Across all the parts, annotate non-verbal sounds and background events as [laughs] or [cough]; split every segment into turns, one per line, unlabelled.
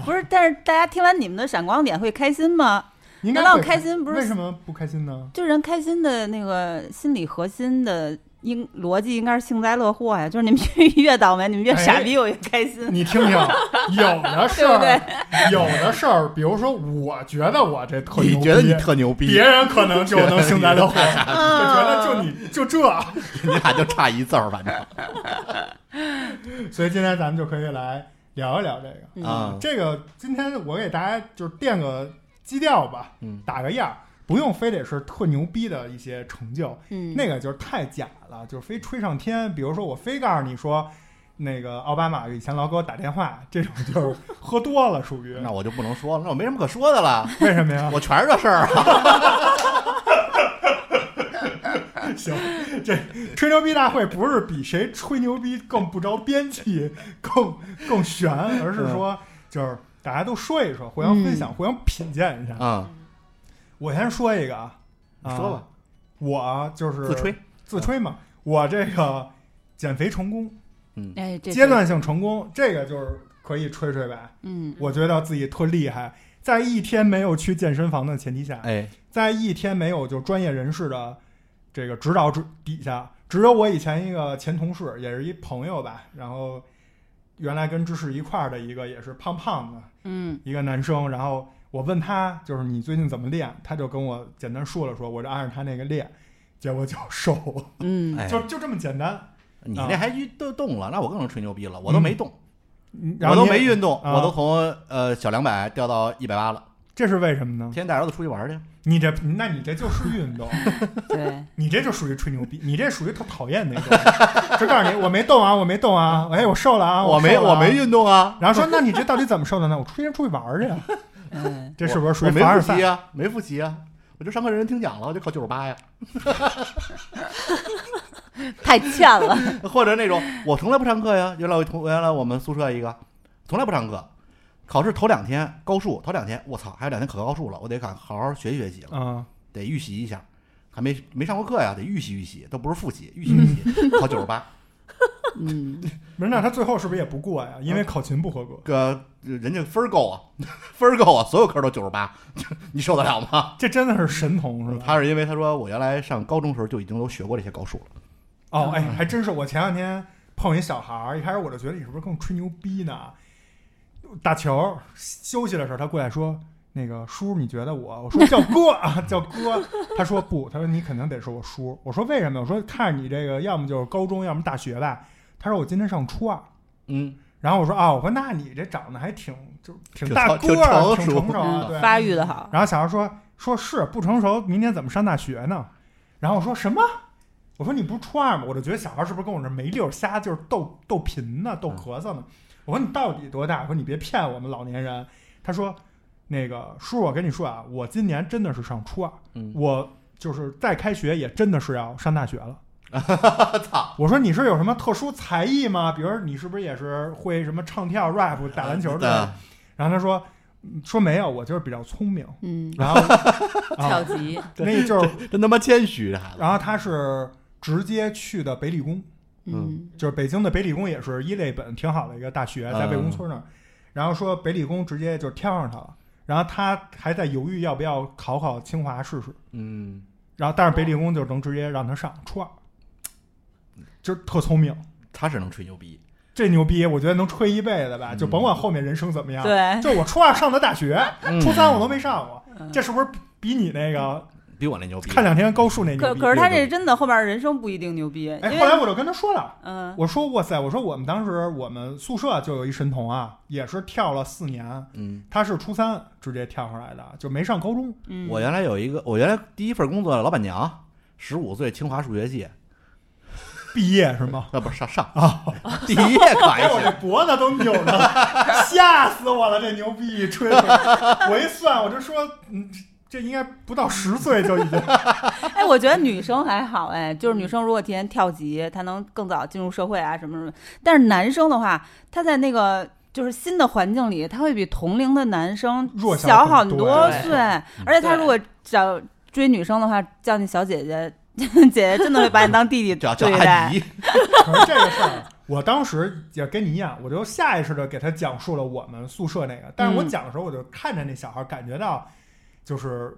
不是，但是大家听完你们的闪光点会开心吗？
你应该
难道
会
开心不
为什
是？
么不开心呢？ [laughs]
就人开心的那个心理核心的应逻辑应该是幸灾乐祸呀，就是你们越越倒霉，你们越
哎
傻逼，我越开心。
你听听，有
[laughs]
的事
对
儿，
不对
有的事儿，比如说，我觉得我这特牛逼，
你觉得你特牛逼
别，人可能就能幸灾乐
[laughs]
祸，就觉得
嗯
就你就这， [laughs]
你俩就差一字儿，反正
所以今天咱们就可以来聊一聊这个。
啊，
这个今天我给大家就是垫个基调吧，
嗯
打个样儿，不用非得是特牛逼的一些成就，
嗯，
那个就是太假了，就是非吹上天。比如说，我非告诉你说，那个奥巴马以前老给我打电话，这种就是喝多了，属于
[laughs] 那我就不能说了，那我没什么可说
[laughs]
的了，
为什么
[laughs]
呀？
我全是这事儿啊。
行，这吹牛逼大会不是比谁吹牛逼更不着边际、更更悬，而是说就是大家都说一说，互相分享、互相品鉴一下。
嗯，
我先说一个啊，啊
说吧，
我啊就是
自吹，
自吹嘛，我这个减肥成功，
哎，这
阶，段性成功，这个就是可以吹吹呗。
嗯，
我觉得自己特厉害，在一天没有去健身房的前提下，
哎，
在一天没有就专业人士的这个指导之底下，只有我以前一个前同事，也是一朋友吧，然后原来跟芝士一块儿的一个也是胖胖的
嗯，
一个男生，然后我问他就是你最近怎么练，他就跟我简单说了说，我就按着他那个练，结果就瘦了，
嗯，
哎，
就啊就这么简单。
你那还去都动了，那我更能吹牛逼了，我都没动，
嗯然
我
后
都
你
没，运动，
啊
我都从呃小两百掉到一百八了，
这是为什么呢
天？天带儿子出去玩去。
你这那你这就是运动。
对，
你这就属于吹牛逼，你这属于特讨厌那种。就告诉你，我没动啊，我没动啊，哎，我瘦了啊，
我没
瘦了啊
我没。运动啊，
然后说，那你这到底怎么瘦的呢？我出去出去玩儿去啊，
嗯，
[laughs] 这是不是属于
我没
凡尔
复
赛
习？啊？没复习啊，我就上课认真听讲了，我就考九十八呀。
太欠了，
或者那种我从来不上课呀，原来我同原来我们宿舍一个从来不上课，考试头两天高数头两天，我操，还有两天考高数了，我得赶好好学习学习了，
啊，
得预习一下，还没没上过课呀，得预习预习，都不是复习，预习预习，考九十八，
嗯，
不是，那他最后是不是也不过呀？
嗯
因为考勤不合格，
个人家分儿够啊， [laughs] 分儿够啊，所有科都九十八， [laughs] 你受得了吗？
这真的是神童是吧？
他是因为他说我原来上高中时候就已经都学过这些高数了，
哦，
嗯
哎，还真是。我前两天碰一小孩儿，一开始我就觉得你是不是更吹牛逼呢？打球休息的时候，他过来说：“那个叔，你觉得我？”我说：“叫哥啊，叫哥。”他说：“不，他说你肯定得是我叔。”我说：“为什么？”我说：“看你这个，要么就是高中，要么大学吧。”他说：“我今天上初二。
嗯，”
然后我说：“啊，我说那你这长得还挺就挺
挺
大
成
个儿，
挺
挺
成熟
成
嗯
熟啊，对。”
发育的好，
然后小孩说：“说是不成熟，明天怎么上大学呢？”然后我说：“什么？”我说：“你不是初二吗？”我就觉得小孩是不是跟我这没溜儿瞎，就是逗逗贫
嗯
呢，逗咳嗽呢？我说：“你到底多大？”我说：“你别骗我们老年人。”他说：“那个叔，我跟你说啊，我今年真的是上初二，
嗯
我就是再开学也真的是要上大学了。”
我 [laughs] 操，
我说：“你是有什么特殊才艺吗？比如说你是不是也是会什么唱跳、rap、打篮球之类的
啊？”
然后他说：“嗯说没有，我就是比较聪明。”
嗯， [laughs]
然后啊
跳级，
那就是，
真他妈谦虚这孩子，
然后他是直接去的北理工，
嗯，
就是北京的北理工也是一类本挺好的一个大学，
嗯
在魏公村那儿。然后说北理工直接就挑上他了，然后他还在犹豫要不要考考清华试试。
嗯，
然后但是北理工就能直接让他上初二，就是特聪明，
他是能吹牛逼，
这牛逼我觉得能吹一辈子吧，
嗯
就甭管后面人生怎么样。
对，
就我初二上的大学，
嗯
初三我都没上过，
嗯
这是不是比比你那个
比我那牛逼，
看两天高数那牛
可
逼？
可是他这真的后边人生不一定牛逼，因
哎，后来
为
我就跟他说了。
嗯，
我说哇塞，我说我们当时我们宿舍就有一神童啊，也是跳了四年，
嗯，
他是初三直接跳上来的，就没上高中。
嗯
我原来有一个，我原来第一份工作老板娘，十五岁清华数学系，
毕业是吗？ [laughs]
啊，不是上上啊，第一页可还 [laughs]
哎，我这
行，
脖子都扭着了， [laughs] 吓死我了！这牛逼一吹， [laughs] 我一算，我就说，嗯，这应该不到十岁就已经。
[laughs] 哎，我觉得女生还好，哎，就是女生如果提前跳级，她能更早进入社会啊，什么什么。但是男生的话，他在那个就是新的环境里，他会比同龄的男生
弱小
小
很
很
多
多
对
岁，而且他如果找追女生的话，叫你小姐姐， [laughs] 姐姐真的会把你当弟弟
叫叫
对
阿
待。
姨，
可是这个事儿，我当时也跟你一样，我就下意识的给他讲述了我们宿舍那个。但是我讲的时候，我就看着那小孩，感觉到就是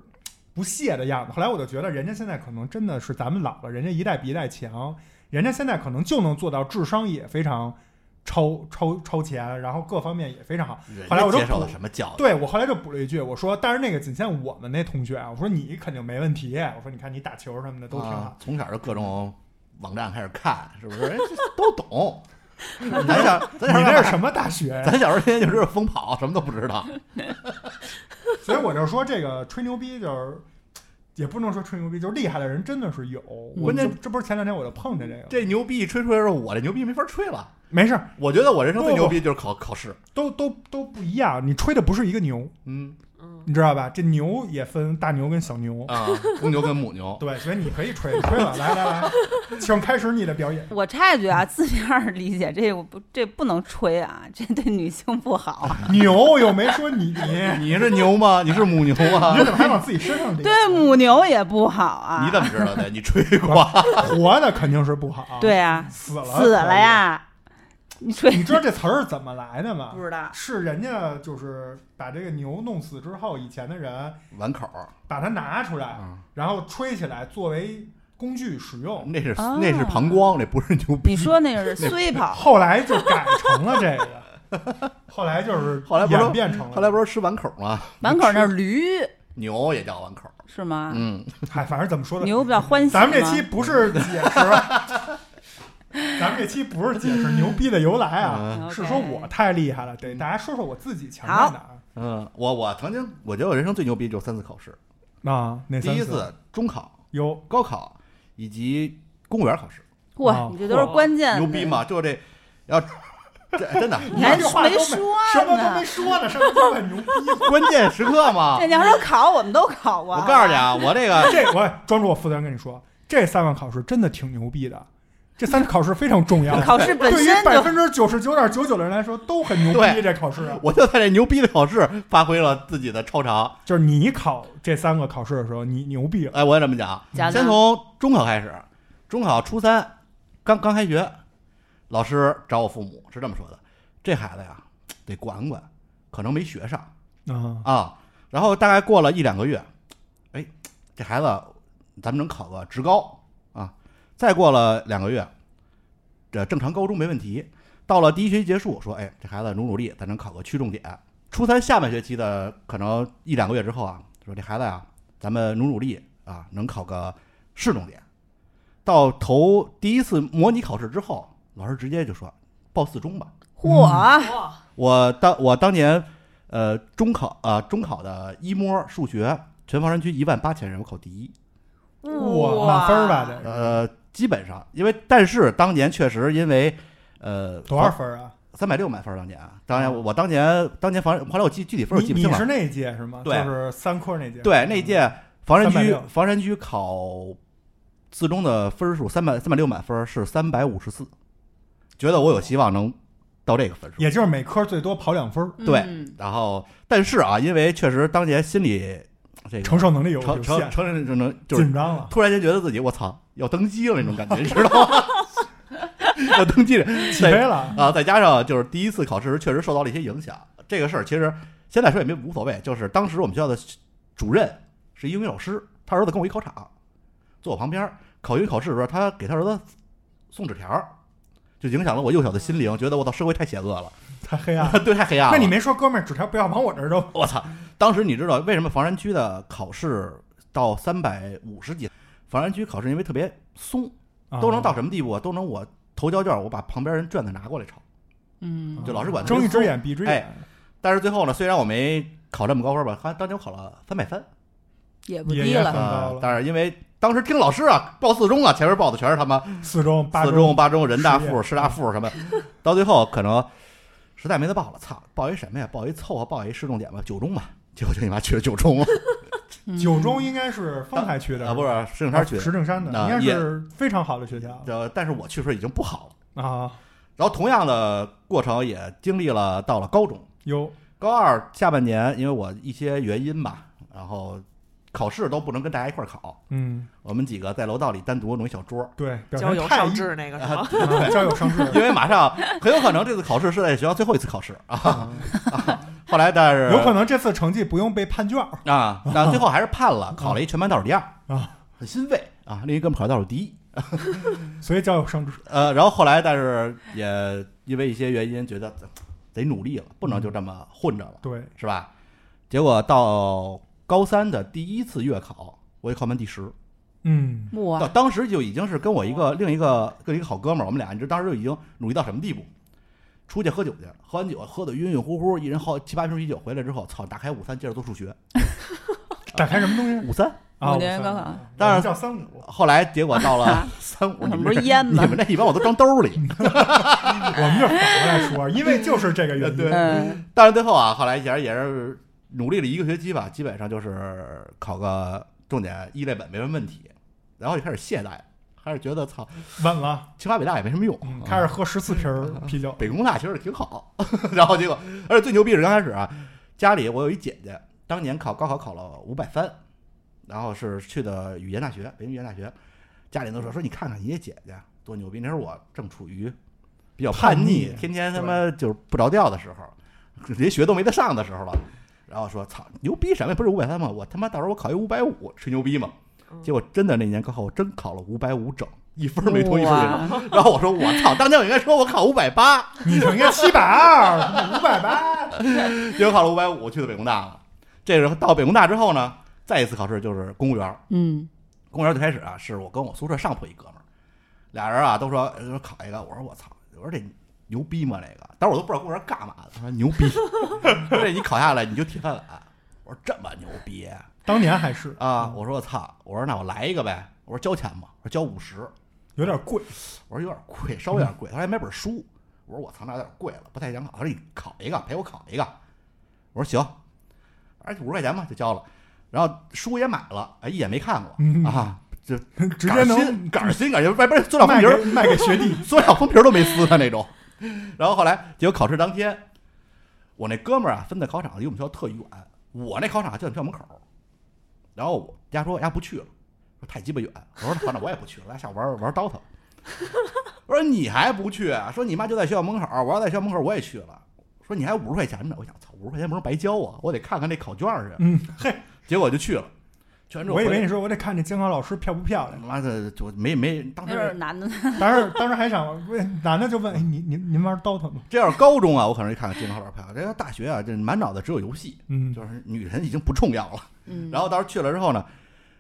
不屑的样子。后来我就觉得，人家现在可能真的是咱们老了，人家一代比一代强，人家现在可能就能做到智商也非常超超超前，然后各方面也非常好。后来我就
人家接受了
补
什么教育？
对我后来就补了一句，我说：“但是那个仅限我们那同学啊，我说你肯定没问题。我说你看你打球什么的都挺好
啊。从小就各种网站开始看，是不是？人家都懂。 [laughs] 咱小咱小
你
时
那
候
是什么大学呀？
咱小时候天天就知道疯跑，什么都不知道。
所以我就说这个吹牛逼就是。也不能说吹牛逼，就是厉害的人真的是有。
嗯
我
关键
这这不是前两天我就碰见这个，
[laughs] 这牛逼吹出来之后，我这牛逼没法吹了。
没事儿，
我觉得我人生最
不不
牛逼就是考考试。
都都都不一样。你吹的不是一个牛，
嗯
嗯，
你知道吧？这牛也分大牛跟小
哦
牛。
啊，公牛跟母牛，
对，所以你可以吹，吹了，来来来，请开始你的表演。
我插一句啊，字面儿理解这我不这不能吹啊，这对女性不好
[laughs]
啊。
牛又没说你，
[laughs]
你
你是牛吗？你是母牛 [laughs] 吗？
怎么还往自己身上顶？
对母牛也不好啊，
你怎么知道的？你吹过？ [laughs]
活的肯定是不好，，
对啊，
死了
死了！呀，你吹
你知道这词儿是怎么来的吗
不？知道。
是人家就是把这个牛弄死之后，以前的人
碗口，
把它拿出来，
嗯
然后吹起来作为工具使用。
那是
啊
那是膀胱，那不是牛逼。
你说那是虽跑，
后来就改成了这个， [laughs] 后来就是
后来不是
演变成了。
[laughs] 后来不是吃碗口吗？
碗口那儿驴
牛也叫碗口。
是吗？
嗯，
嗨，反正怎么说呢，
牛比较欢喜
咱们这
嘛
期不是解释，啊 [laughs] 咱们这期不是解释牛逼的由来啊，
嗯
是说我太厉害了，得大家说说我自己强在哪儿。
嗯，我我曾经我觉得我人生最牛逼就是三次考试，
啊，那
第
三
一
次
次中考、
哟，
高考以及公务员考试，
哇
啊，
你这都是关键，
牛逼？吗？就这，要 [laughs] 这真的
你还
这话都
没说
什么都
呢
没说呢，什么都很牛
[laughs]
逼。
关键时刻
[laughs]
嘛
这。你要说
[laughs]
考，我们都考过。
我告诉你
好
啊，
吧，
我这个 [laughs]
这我庄主，我负责任跟你说，这三个考试真的挺牛逼的，这三个考试非常重
[laughs]
要。
考试本
对
身
于百
就
分之九十九点九九的人来说都很牛逼。
对
这考试啊
我就在这牛逼的考试发挥了自己的超常。
就是你考这三个考试的时候，你牛逼了。
哎，我也这么讲，
讲
先
讲
从中考开始，中考初三刚刚开学，老师找我父母是这么说的：这孩子呀得管管，可能没学上。
啊，
啊，然后大概过了一两个月，哎，这孩子咱们能考个职高啊，再过了两个月，这正常高中没问题。到了第一学期结束，说哎，这孩子努努力，咱能考个区重点。初三下半学期的可能一两个月之后啊，说这孩子啊，咱们努努力啊，能考个市重点。到头第一次模拟考试之后，老师直接就说报四中吧。
嚯，
哦
哇，
我当我当年，呃，中考啊、中考的一模数学，全房山区一万八千人，我考第一。
哇，满分儿吧？这是
呃，基本上，因为但是当年确实因为，呃，
多少分儿啊？
三百六满分儿当年啊，当然我我当年当年房后来我记具体分儿我
你
记不
你
清
是
了。
那一届是吗？
对
就是三科那届。嗯哦
对，那一届房山区
360
房山区考四中的分儿数三百三百六满分儿是三百五十四，觉得我有希望能到这个分数。
也就是每科最多跑两分儿，
对
嗯
然后，但是啊，因为确实当年心里这个
承受能力有
承
有
承
限，
承认就能就是
紧张了，
突然间觉得自己我操要登基了那种感觉，你知道吗？ [laughs] 要登基了，
起飞
对
了。
啊，再加上就是第一次考试确实受到了一些影响，这个事儿其实现在说也没无所谓，就是当时我们学校的主任是英语老师，他儿子跟我一考场，坐我旁边儿考英语考试的时候，他给他儿子送纸条儿，就影响了我幼小的心灵，觉得我操社会太邪恶了， [laughs]
太黑暗了。
对，太黑暗了。
那你没说，哥们儿，纸条不要往我这儿扔。
[laughs] 我操！当时你知道为什么房山区的考试到三百五十几？房山区考试因为特别松，都能到
啊
什么地步啊？都能我投交卷儿，我把旁边人卷子拿过来抄。
嗯
就老师管
睁一只眼闭一只眼
哎。但是最后呢，虽然我没考这么高分吧，还当年我考了三百分，
也不
也
低
也
了
很，高
呃
了，
但是因为当时听老师啊报四中啊，前面报的全是他妈
嗯
四中八
四中、
中，
八中、人大
实
附、
验
师大附什么，到最后可能实在没得报了，操，报一什么呀？报一凑合报一市重点吧，九中吧。结果就你妈去了九中了
嗯
九中应该是丰台区的
啊，不是石景
啊
山去的
石，景山的，
那
应该
也
是非常好的学校
呃，但是我去的时候已经不好了。
啊。
然后同样的过程也经历了到了高中，
有
高二下半年，因为我一些原因吧，然后考试都不能跟大家一块儿考，
嗯，
我们几个在楼道里单独弄一小桌，
对，表
交
现
友
太
上
一
智那个是吗？
啊交友上
[laughs]
智，
因为马上很有可能这次考试是在学校最后一次考试啊。 [laughs] 后来但是
有可能这次成绩不用被判卷儿
啊，但最后还是判了，考了一全班倒数第二
啊，
很欣慰啊。另一哥们考了倒数第一，
所以交友上智。
呃，然后后来但是也因为一些原因，觉得呃得努力了，不能就这么混着了。
对，
是吧？结果到高三的第一次月考，我就考满第十。
嗯，
到
哇，
当时就已经是跟我一个另一个跟一个好哥们儿，我们俩你知道当时就已经努力到什么地步？出去喝酒去，喝完酒喝得晕晕乎乎，一人好七八瓶啤酒，回来之后，操，打开五三接着做数学，
展开什么东西
五三。
啊？
我觉得
三
高
五
考
啊
当然
我们叫三五，
后来结果到了三五，
我
你
们
们
啊不是
这
烟
你
吗？嗯
们这一般我都装兜
[laughs]
里。
我们就反过来说，因为就是这个原因。
[laughs] 对
嗯，
但是最后啊，后来也是也是努力了一个学期吧，基本上就是考个重点一类本没什么问题，然后就开始懈怠，还是觉得操，
稳了，
清华北大也没什么用，
嗯，
啊
开始喝十四瓶儿
嗯
啤酒，
北工大其实挺好， [laughs] 然后结果，而且最牛逼是刚开始啊，家里我有一姐姐，当年考高考考了五百分，然后是去的语言大学，北京语言大学，家里都说说你看看你这姐姐多牛逼，那时候我正处于比较叛逆，
叛逆
天天他妈就是不着调的时候，连学都没得上的时候了，然后说操牛逼什么呀？不是五百分吗？我他妈到时候我考一五百五，吹牛逼嘛。结果真的那年高考我真考了五百五整，一分儿没脱一分儿没
哇
脱。 [laughs] 然后我说我操，当年我应该说我考五百八。
你就应该七百二、五百八，
结果考了五百五，去的北工大了。这时候到北工大之后呢，再一次考试就是公务员儿。
嗯，
公务员儿最开始啊，是我跟我宿舍上铺一哥们儿，俩人啊都说呃说考一个，我说我操，我说这牛逼吗？这个，当时我都不知道公务员儿干嘛的，他说牛逼， [laughs] 说这你考下来你就铁饭碗。我说这么牛逼
当年还是
啊！我说我操，我说那我来一个呗。我说交钱吗？我说交五十。
有点贵，
我说有点贵，稍微有点贵。他说还买本书，我说我操，那有点贵了，不太想考。他说你考一个，陪我考一个。我说行，而且五十块钱嘛就交了，然后书也买了，哎，一眼没看过、
嗯
啊，就
直接
杆儿心
能
杆儿心感觉外边塑料封
卖
皮
给
儿，
卖给学弟。
[laughs] 塑料封皮儿都没撕的那种。然后后来结果考试当天，我那哥们儿啊分的考场离我们学校特远，我那考场就在我们学校门口儿。然后我丫说丫不去了，说太鸡巴远。我说反正我也不去了，咱下午玩玩 DOTA。我说你还不去啊？说你妈就在学校门口儿，我要在学校门口儿我也去了。说你还五十块钱呢，我想操，五十块钱不能白交啊，我得看看那考卷儿去。
嗯，嘿，
结果就去了。全
我以为你说我得看这监考老师漂不漂亮，
妈的，就没没当
没准儿
时
男的
当时当时还想问男的就问，哎，你您您玩 DOTA 吗？
这要是高中啊，我可能一看看监考老师漂亮。这要大学啊，这满脑子只有游戏，
嗯，
就是女人已经不重要了。
嗯，
然后到时候去了之后呢，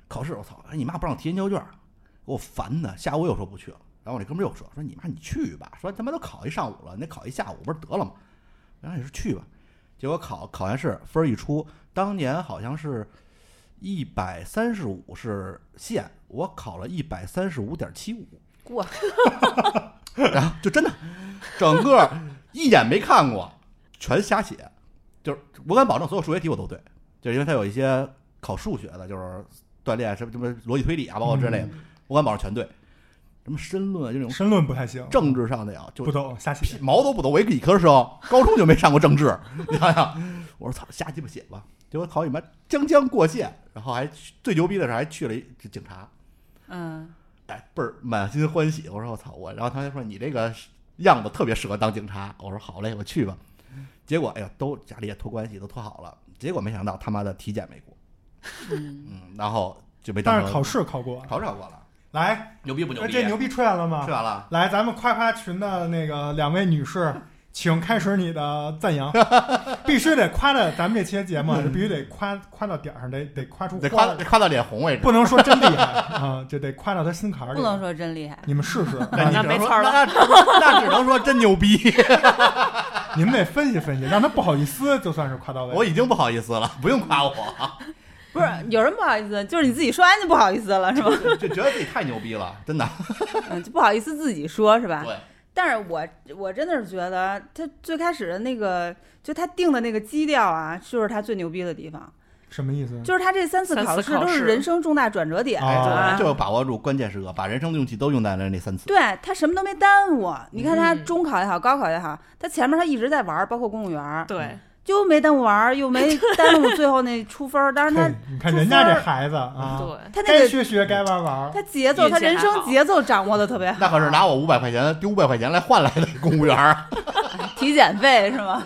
考试我操，哎你妈不让提研究卷儿，给我烦的。下午又说不去了，然后我这哥们儿又说说你妈你去吧，说他妈都考一上午了，你考一下午不是得了吗？然后也是去吧，结果考考完试分儿一出，当年好像是一百三十五是线，我考了一百三十五点七五，
过
[laughs] 然后就真的整个一眼没看过，全瞎写，就是我敢保证所有数学题我都对，就是因为它有一些考数学的，就是锻炼什么什么逻辑推理啊，包括之类的，
嗯
我敢保证全对。什么申论啊，就这种
申论不太行，
政治上的呀，就
不懂瞎
屁
写，
毛都不懂。我一理科生，高中就没上过政治，你想想，我说操，瞎鸡巴写吧，结果考你妈将将过线，然后还去最牛逼的是还去了一警察，
嗯，
哎，倍儿满心欢喜。我说我操我，然后他就说你这个样子特别适合当警察。我说好嘞，我去吧。结果哎呀，都家里也托关系都托好了，结果没想到他妈的体检没过，
嗯
嗯，然后就没当
但
成
是考试考过。
考试考过了，
来，
牛逼不牛
那
逼？啊
这牛啊逼吹完了吗
吃？完了，
来，咱们夸夸群的那个两位女士，请开始你的赞
[laughs]
扬，必须得夸的，咱们这期节目啊必须得夸夸到点儿上，得得夸出
得
花
夸
来
得，夸到脸红为止。
不能说真厉害啊，这得夸到他心坎儿里。
不能，说真厉害，
你们试
[laughs]
试，
那你
啊
只能
没
说
词儿了
那那只能说真牛逼，
你们得分析分析，让他不好意思，就算是夸到位。
我已经不好意思了，不用夸我，
不是有人不好意思，就是你自己说完就不好意思了，是吧？
就觉得自己太牛逼了，真的。
嗯，就不好意思自己说，是吧？
对，
但是我我真的是觉得他最开始的那个，就他定的那个基调啊，就是他最牛逼的地方，
什么意思？
就是他这三次
三次
考试
考
都是
试
人生重大转折点
哎对
啊。
就是把握住关键时刻，把人生的勇气都用在了那三次。
对他什么都没耽误，你看他
嗯
中考也好，高考也好，他前面他一直在玩儿，包括公务员儿，
对，
就没耽误玩儿，又 [laughs] 没耽误最后那出分儿。当然他
嘿你看人家这孩子啊，
对，
他那
该
个
学学，该玩玩。
他节奏，
运气
他人
还
生
好，
节奏掌握的特别好。
那可是拿我五百块钱丢五百块钱来换来的公务员儿，
体检费是吗？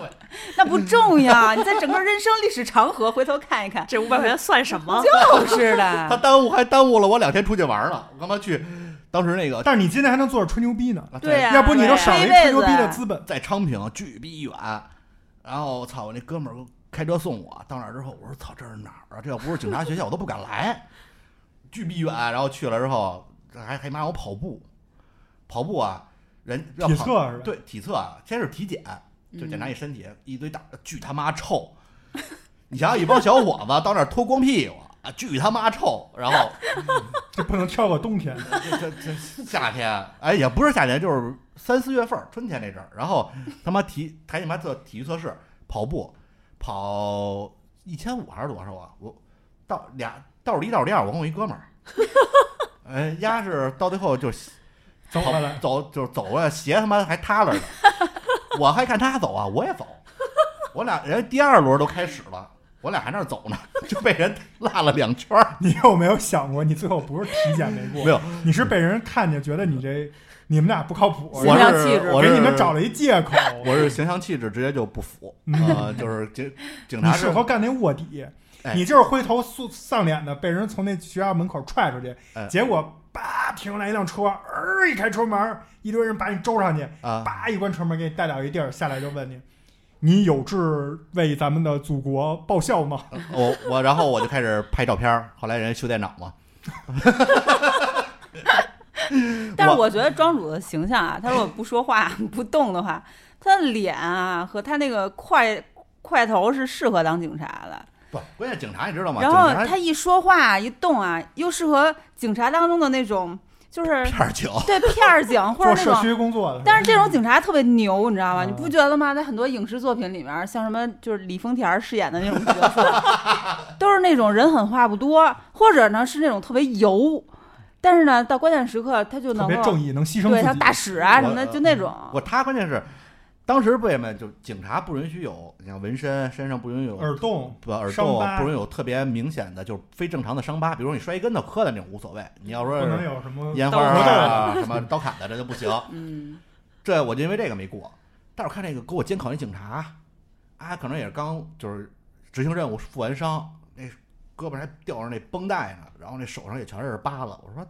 那不重要，你在整个人生历史长河回头看一看
这五百块钱算什么？
就
[laughs]
是
他
的。
耽误还耽误了我两天出去玩了。我他妈去，当时那个
但是你今天还能坐着吹牛逼呢，
对呀、
要不你就少了一
这一辈
吹牛逼的
子
资本。
在昌平巨逼远，然后操我那哥们儿开车送我到那儿之后，我说操这是哪儿啊？这要不是警察学校我都不敢来，巨逼远。然后去了之后还还妈让我跑步，跑步啊人要
体
跑
测是吧
对体测啊，先是体检，就检查你身体，一堆大巨他妈臭。 [laughs] 你想想，一帮小伙子到那儿脱光屁股啊，巨他妈臭，然后
这不能跳过冬
[laughs]
天。
这这这夏天，哎，也不是夏天，就是三四月份儿，春天那阵儿，然后他妈体抬你妈测体育测试，跑步跑一千五还是多少啊？我到俩倒数第一倒数第二，我跟我一哥们 [laughs] 儿，哎，丫是到最后就
走
跑
过来，
走就是走啊，鞋他妈还塌 [laughs] 了呢，我还看他走啊，我也走，我俩人第二轮都开始了，我俩还那儿走呢，就被人落了两圈儿，
你有没有想过，你最后不是体检没过，
没有，
你是被人看见觉得你这你们俩不靠谱，
嗯我
量气
是
质
我
给
是
你们找了一借口。
[laughs] 我是形象气质直接就不符，
嗯
呃，就是警警
你
察是
适合干那卧底
哎，
你就是灰头丧丧脸的被人从那学校门口踹出去
哎，
结果叭停来一辆车，儿一开车门，一堆人把你周上去，
啊，
叭一关车门给你带到一地儿，下来就问你，你有志为咱们的祖国报效吗？
我我然后我就开始拍照片儿，后来人家修电脑嘛，
但是我觉得庄主的形象啊，他如果不说话 [laughs] 不动的话，他的脸啊和他那个块块头是适合当警察的。
不，关键警察你知道吗？
然后
警察
他一说话一动啊，又适合警察当中的那种，就是
片儿警，
对片儿警或
做
者那
社
种
区工作的，
但是这种警察特别牛，你知道吗？
嗯
你不觉得吗？在很多影视作品里面，像什么就是李丰田儿饰演的那种角
[laughs]
色，都是那种人狠话不多，或者呢是那种特别油，但是呢到关键时刻他就
特
能
别
够
正义，能牺牲
对像
自
大
己。
使啊什么
我
的，就那种。
我他关键是当时为什么就警察不允许有，你像纹身身上不允许有
耳洞，
不耳
伤
洞
疤
不允许有特别明显的就是非正常的伤疤，比如说你摔一跟头磕的那种无所谓，你要说
不能
是
有什么
烟花啊 [laughs] 什么刀砍的这就不行，
嗯，
[laughs] 这我就因为这个没过。但是我看那个给我监考那警察，啊，可能也是刚就是执行任务负完伤，那胳膊上还吊着那绷带呢，然后那手上也全是疤了。我说，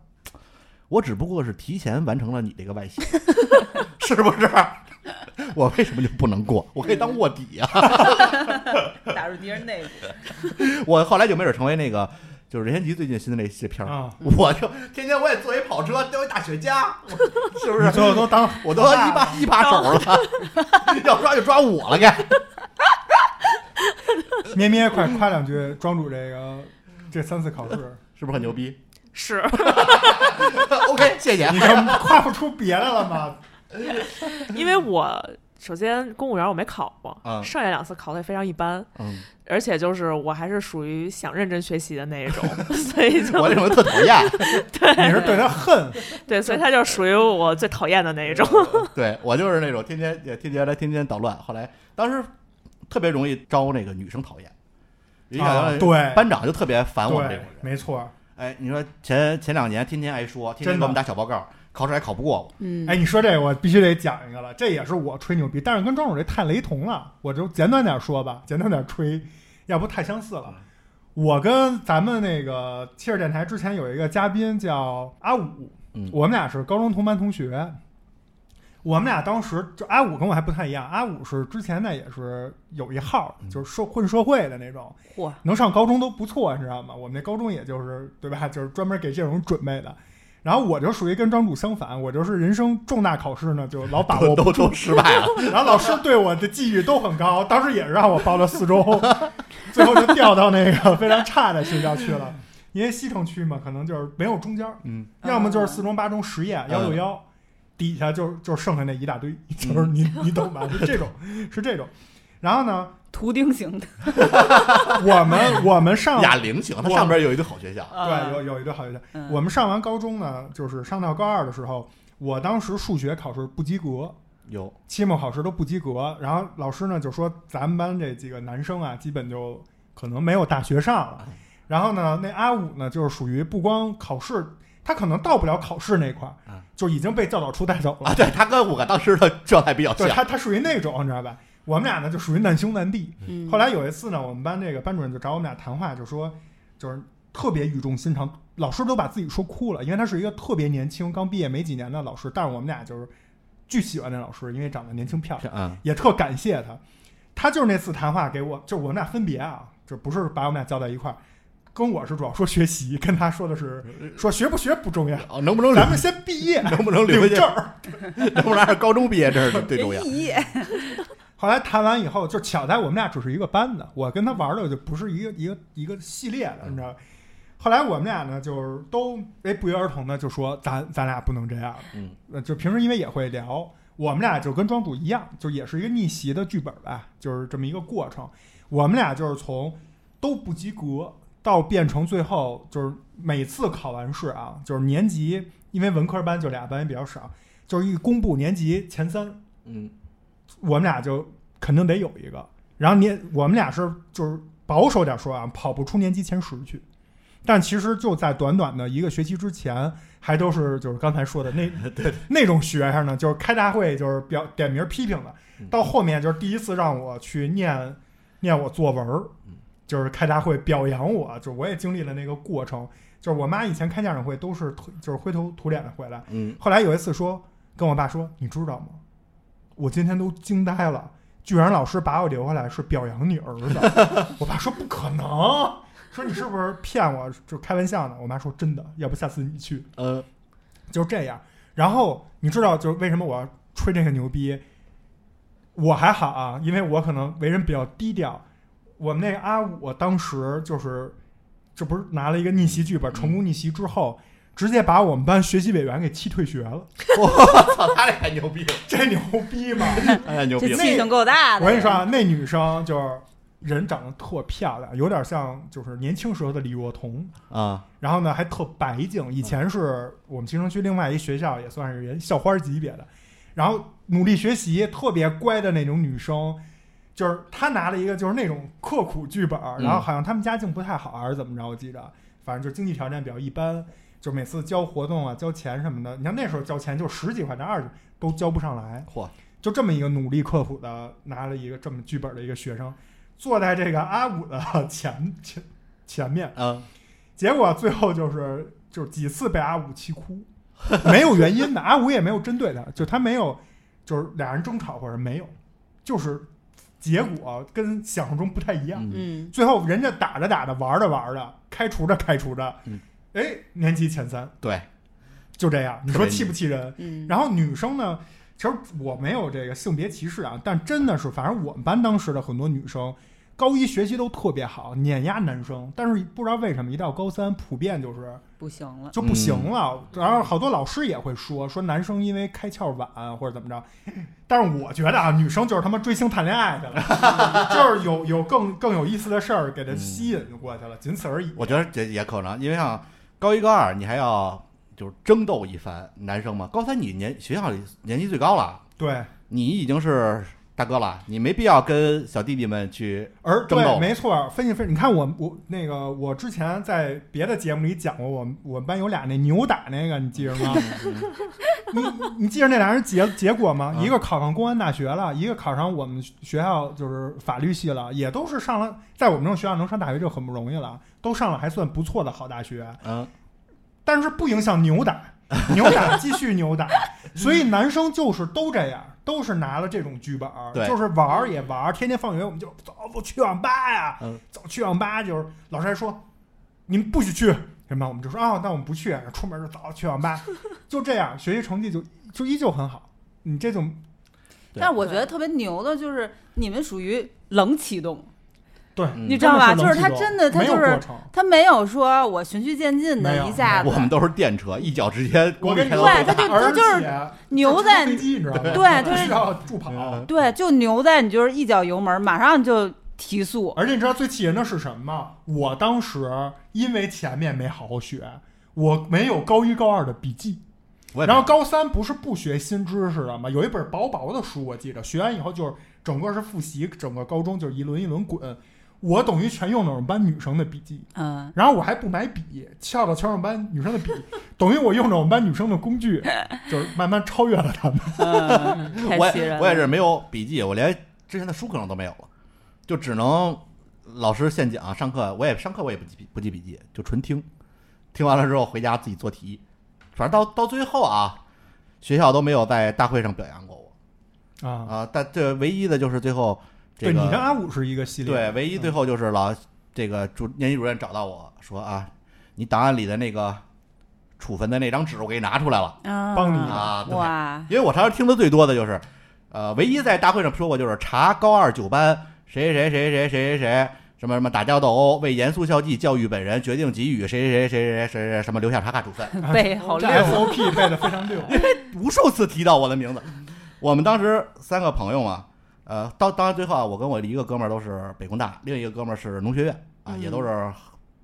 我只不过是提前完成了你这个外形， [laughs] 是不是？我为什么就不能过？我可以当卧底啊呀、[laughs]
嗯打入敌人内部，
我后来就没准成为那个，就是任贤齐最近新的那些片儿，
啊，
我就天天我也坐一跑车，叼一大雪茄，
[laughs]
我是不
你
是？
最后都当
[laughs] 我都一把一把手了， [laughs] 要抓就抓我了，该。 [laughs]
咩咩，快夸两句庄主这个这三次考
[laughs]
试，
是不是很牛
[laughs]
逼
是，
？OK，谢谢。
你就夸不出别的了吗？
因为我首先公务员我没考过，
啊
嗯
上一两次考的也非常一般，
嗯，
而且就是我还是属于想认真学习的那一
[laughs]
种，所以就
我这种人特讨厌。
你是对他
[laughs]
恨，
对，所以他就属于我最讨厌的那一种。
对我就是那种天天也天天来天天捣乱。后来当时特别容易招那个女生讨厌，你想
啊
想、
对
班长就特别烦我们这
对
种，人。
没错。
哎，你说前前两年天天挨说，天天
真
给
的
我们打小报告，考试还考不过我。
嗯，
哎，你说这个我必须得讲一个了，这也是我吹牛逼，但是跟庄主这太雷同了，我就简短点说吧，简短点吹，要不太相似
嗯
了。我跟咱们那个七十电台之前有一个嘉宾叫阿五，
嗯
我们俩是高中同班同学。我们俩当时就阿五跟我还不太一样，阿五是之前呢也是有一号，
嗯
就是社混社会的那种，
嚯，
能上高中都不错，你知道吗？我们那高中也就是对吧，就是专门给这种准备的。然后我就属于跟庄主相反，我就是人生重大考试呢，就老把
[laughs] 都
握
都都失败了，
然后老师对我的寄予都很高，当时也是让我报了四中， [laughs] 最后就掉到那个非常差的学校去了。因为西城区嘛，可能就是没有中间儿，
嗯，
要么就是四中、八中、实验、幺六幺，底下就就剩下那一大堆，就是
嗯
你
[laughs]
你懂吧？是这种，是这种。然后呢，
图钉型的，
我们我们上
[laughs] 哑铃行，它
我
上边有一堆好学校，
对有有一对好学校，
嗯
我们上完高中呢，就是上到高二的时候，我当时数学考试不及格，
有
期末考试都不及格。然后老师呢就说，咱们班这几个男生啊，基本就可能没有大学上了。然后呢，那阿五呢，就是属于不光考试，他可能到不了考试那块儿
啊，
就已经被教导处带走了
啊，。对他跟我跟当时的状态比较
对
像，
他，他属于那种，你知道吧？我们俩呢就属于难兄难弟。
嗯
后来有一次呢，我们班这个班主任就找我们俩谈话，就说就是特别语重心长，老师都把自己说哭了，因为他是一个特别年轻、刚毕业没几年的老师，但是我们俩就是巨喜欢那老师，因为长得年轻漂亮，
嗯
也特感谢他。他就是那次谈话给我，就是我们俩分别啊，就不是把我们俩叫在一块儿，跟我是主要说学习，跟他说的是说学不学不重要，
哦，能不能
咱
领
们先毕业
能不能领
领
回去
证，儿。
能不能让高中毕业证最重要？
一夜，
后来谈完以后，就巧在我们俩只是一个班的，我跟他玩的就不是一个一个一个系列的，你知道吧。后来我们俩呢，就是都哎不约而同的就说咱咱俩不能这样了，
嗯
呃，就平时因为也会聊，我们俩就跟庄主一样，就也是一个逆袭的剧本吧，就是这么一个过程。我们俩就是从都不及格到变成最后，就是每次考完试啊，就是年级，因为文科班就俩班也比较少，就是一公布年级前三，
嗯，
我们俩就肯定得有一个。然后你我们俩是就是保守点说啊，跑不出年级前十去。但其实就在短短的一个学期之前，还都是就是刚才说的
[laughs]
那那种学生呢，就是开大会就是表点名批评的
嗯。
到后面就是第一次让我去念念我作文儿
嗯，
就是开大会表扬我，就我也经历了那个过程。就是我妈以前开家长会都是推就是灰头土脸的回来，
嗯，
后来有一次说，跟我爸说，你知道吗？我今天都惊呆了，居然老师把我留下来是表扬你儿子。 [laughs] 我爸说不可能，说你是不是骗我？就开玩笑呢。我妈说真的，要不下次你去。
呃，
就这样。然后你知道，就是为什么我要吹这个牛逼？我还好啊，因为我可能为人比较低调。我们那个阿五当时就是，这不是拿了一个逆袭剧本，成功逆袭之后，直接把我们班学习委员给气退学了，
我操，他这还牛逼，
这牛逼吗？
哎，牛
这
逼了，
气性够大的。
我跟你说，啊，那女生就是人长得特漂亮，有点像就是年轻时候的李若彤，
啊，
然后呢还特白净。以前是我们新城区另外一学校，也算是人校花级别的。然后努力学习，特别乖的那种女生，就是她拿了一个就是那种刻苦剧本，然后好像他们家境不太好还是怎么着，我记着，反正就经济条件比较一般，就每次交活动啊、交钱什么的，你像那时候交钱就十几块钱、二十都交不上来，
嚯，
就这么一个努力刻苦的拿了一个这么剧本的一个学生，坐在这个阿五的前前前面，
啊，
结果最后就是就是几次被阿五气
[laughs]
哭，没有原因的，阿五也没有针对他，就他没有就是俩人争吵或者没有，就是结果跟想象中不太一样。
嗯
嗯，
最后人家打着打着，玩着玩着，开除着开除着
嗯，
哎，年级前三，
对，
就这样，你
特
说
别
气不气人？
嗯
然后女生呢，其实我没有这个性别歧视啊，但真的是，反正我们班当时的很多女生，高一学习都特别好，碾压男生，但是不知道为什么一到高三，普遍就是
不行了，
就不行了。然后好多老师也会说说男生因为开窍晚或者怎么着，但是我觉得啊，女生就是他妈追星谈恋爱去了， [laughs] 就是有有更更有意思的事儿给她吸引过去了，仅此而已。
我觉得这也可能，因为像高一高二你还要就是争斗一番，男生嘛，高三你年学校里年级最高了，
对，
你已经是大哥了，你没必要跟小弟弟们去，
而
争斗
对，没错，分析分析，你看我我那个我之前在别的节目里讲过，我们我们班有俩那扭打那个，你记着吗？你你记着那俩人结结果吗？
嗯
一个考上公安大学了，一个考上我们学校就是法律系了，也都是上了，在我们这种学校能上大学就很不容易了，都上了还算不错的好大学，
嗯，
但是不影响扭打，
[laughs]
扭打继续扭打，所以男生就是都这样，都是拿了这种剧本儿，
对
就是玩儿也玩儿，天天放学我们就走去网吧呀，
嗯
走去网吧就是老师还说你们不许去，什么我们就说啊、那我们不去，出门就走去网吧，就这样，学习成绩就就依旧很好。你这种
对
但是我觉得特别牛的就是你们属于冷启动，
对，
嗯
你知道吧？就是他
冷气
真的，他
没有
就
过
是
程。
他没有说我循序渐进
没
的，
有
一下子
我们都是电车，一脚直接
我
公
跟你
里开
说
到
对
北
他
大
就
而
他就是
且
牛
他
在
飞机，你知道吗？
对
不
就是
需要助跑。
嗯
对，就牛在你就是一脚油门，马上就提速。
而且你知道最气人的是什么吗？我当时因为前面没好好学，我没有高一高二的笔记，
我也
然后高三不是不学新知识了吗？有一本薄薄的书，我记着，学完以后就是整个是复习，整个高中就是一轮一轮滚。我等于全用了我们班女生的笔记，
嗯，
然后我还不买笔，翘到全我们班女生的笔，等于我用着我们班女生的工具，就是慢慢超越了他们。
嗯
我
太气人
也
了。
我也是没有笔记，我连之前的书可能都没有了，就只能老师现讲，上课我也上课我也不记笔不记笔记，就纯听，听完了之后回家自己做题，反正到到最后啊，学校都没有在大会上表扬过我
啊，
啊，但这唯一的就是最后这
对你跟
个
阿五是一个系列，嗯
对唯一最后就是老这个主年级主任找到我说啊，你档案里的那个处分的那张纸我给你拿出来了。
啊
帮你
啊对
哇，
因为我常常听的最多的就是，呃，唯一在大会上说过就是查高二九班谁谁谁谁谁谁谁什么什么打架斗殴，为严肃校纪教育本人，决定给予谁谁谁谁谁谁谁什么留下查看处分， [laughs]
背好
这
溜。
SOP 背的非常溜。
无数次提到我的名字。我们当时三个朋友嘛，呃，到当然最后啊，我跟我一个哥们儿都是北工大，另一个哥们儿是农学院啊，也都是，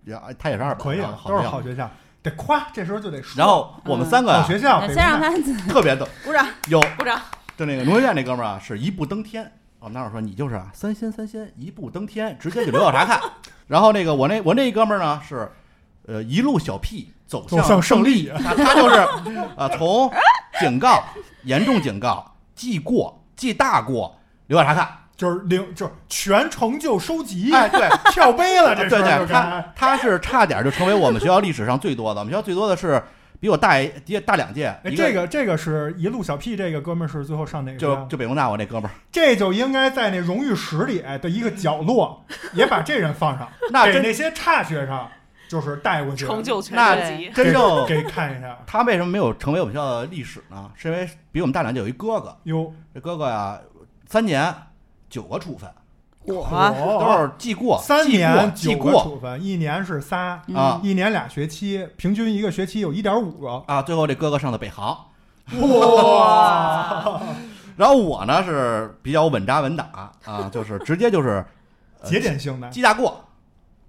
也他也是二本，
嗯可以
然后
了，都是
啊好学
好
校
学校，得夸，这时候就得说。
然后我们三个
好
啊
学校，北
先
京大
让
[laughs]
他
特别逗，
鼓掌
有
鼓掌。
就那个农学院那哥们儿啊，是一步登天。我们那会儿说你就是啊，三仙三仙，一步登天，直接就留到查看。然后那个我那我那哥们儿呢是，呃，一路小屁走
走向胜
胜
利
他他就是 [laughs] 啊、从警告、严重警告、记过、记大过留到查看。
就是零，就是全成就收集，
哎，对，
[laughs] 跳杯了，这
对
事儿
对，
就
他
该。
他是差点就成为我们学校历史上最多的，我们学校最多的是比我大一大两届，
哎
一
这个这个是一路小屁，这个哥们儿是最后上哪个学
就
校？
就北工大我那
[laughs]
哥们儿。
这就应该在那荣誉室里的一个角落，也把这人放上，
[laughs] 那
给
真
那些差学生就是带过去，
成就全
那
年级，
真正
给给看一下。
他为什么没有成为我们学校的历史呢？是因为比我们大两届有一哥哥，
哟，
这哥哥呀、三年九个处分，
我
都
嚯
是记过、
哦三年
记
九
过、
个
记
处分，一年是仨，
嗯
过啊
一年俩学期，平均一个学期有一点五个。
啊！最后这哥哥上的北航，
哇，
然后我呢是比较稳扎稳打啊，就是直接就是呃
节点性的，
记大过，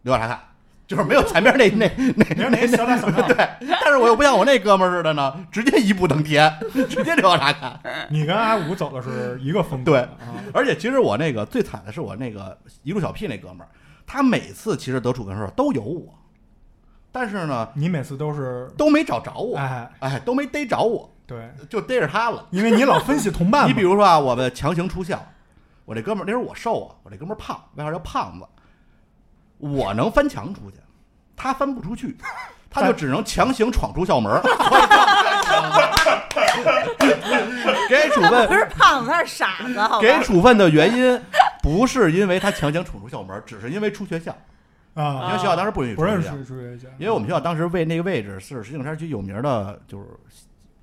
留下查看，就是没有前面那那
你说那小打 [laughs] 小
[laughs]
闹，
但是我又不像我那哥们儿似的呢，直接一步登天，直接留下查看。
你跟阿五走的是一个风格，
对
啊
而且其实我那个最惨的是我那个一路小屁那哥们儿，他每次其实得处分的时候都有我，但是呢
你每次都是，
都没找着我，
哎，
哎，都没逮着我，
对，
就逮着他了。
因为你老分析同伴嘛，
[laughs] 你比如说啊，我们强行出校，我这哥们儿那时候我瘦啊，我这哥们儿胖，外号叫胖子。我能翻墙出去，他翻不出去，他就只能强行闯出校门儿。 [laughs] 给处
他不
分，
是胖子，他是傻子，好吧？
给处分的原因不是因为他强行闯出校门儿，只是因为出学校，因
啊，
为学校当时不允许
不
出学
认
校，
识朱学校，
因为我们学校当时为那个位置是石景山区有名的，就是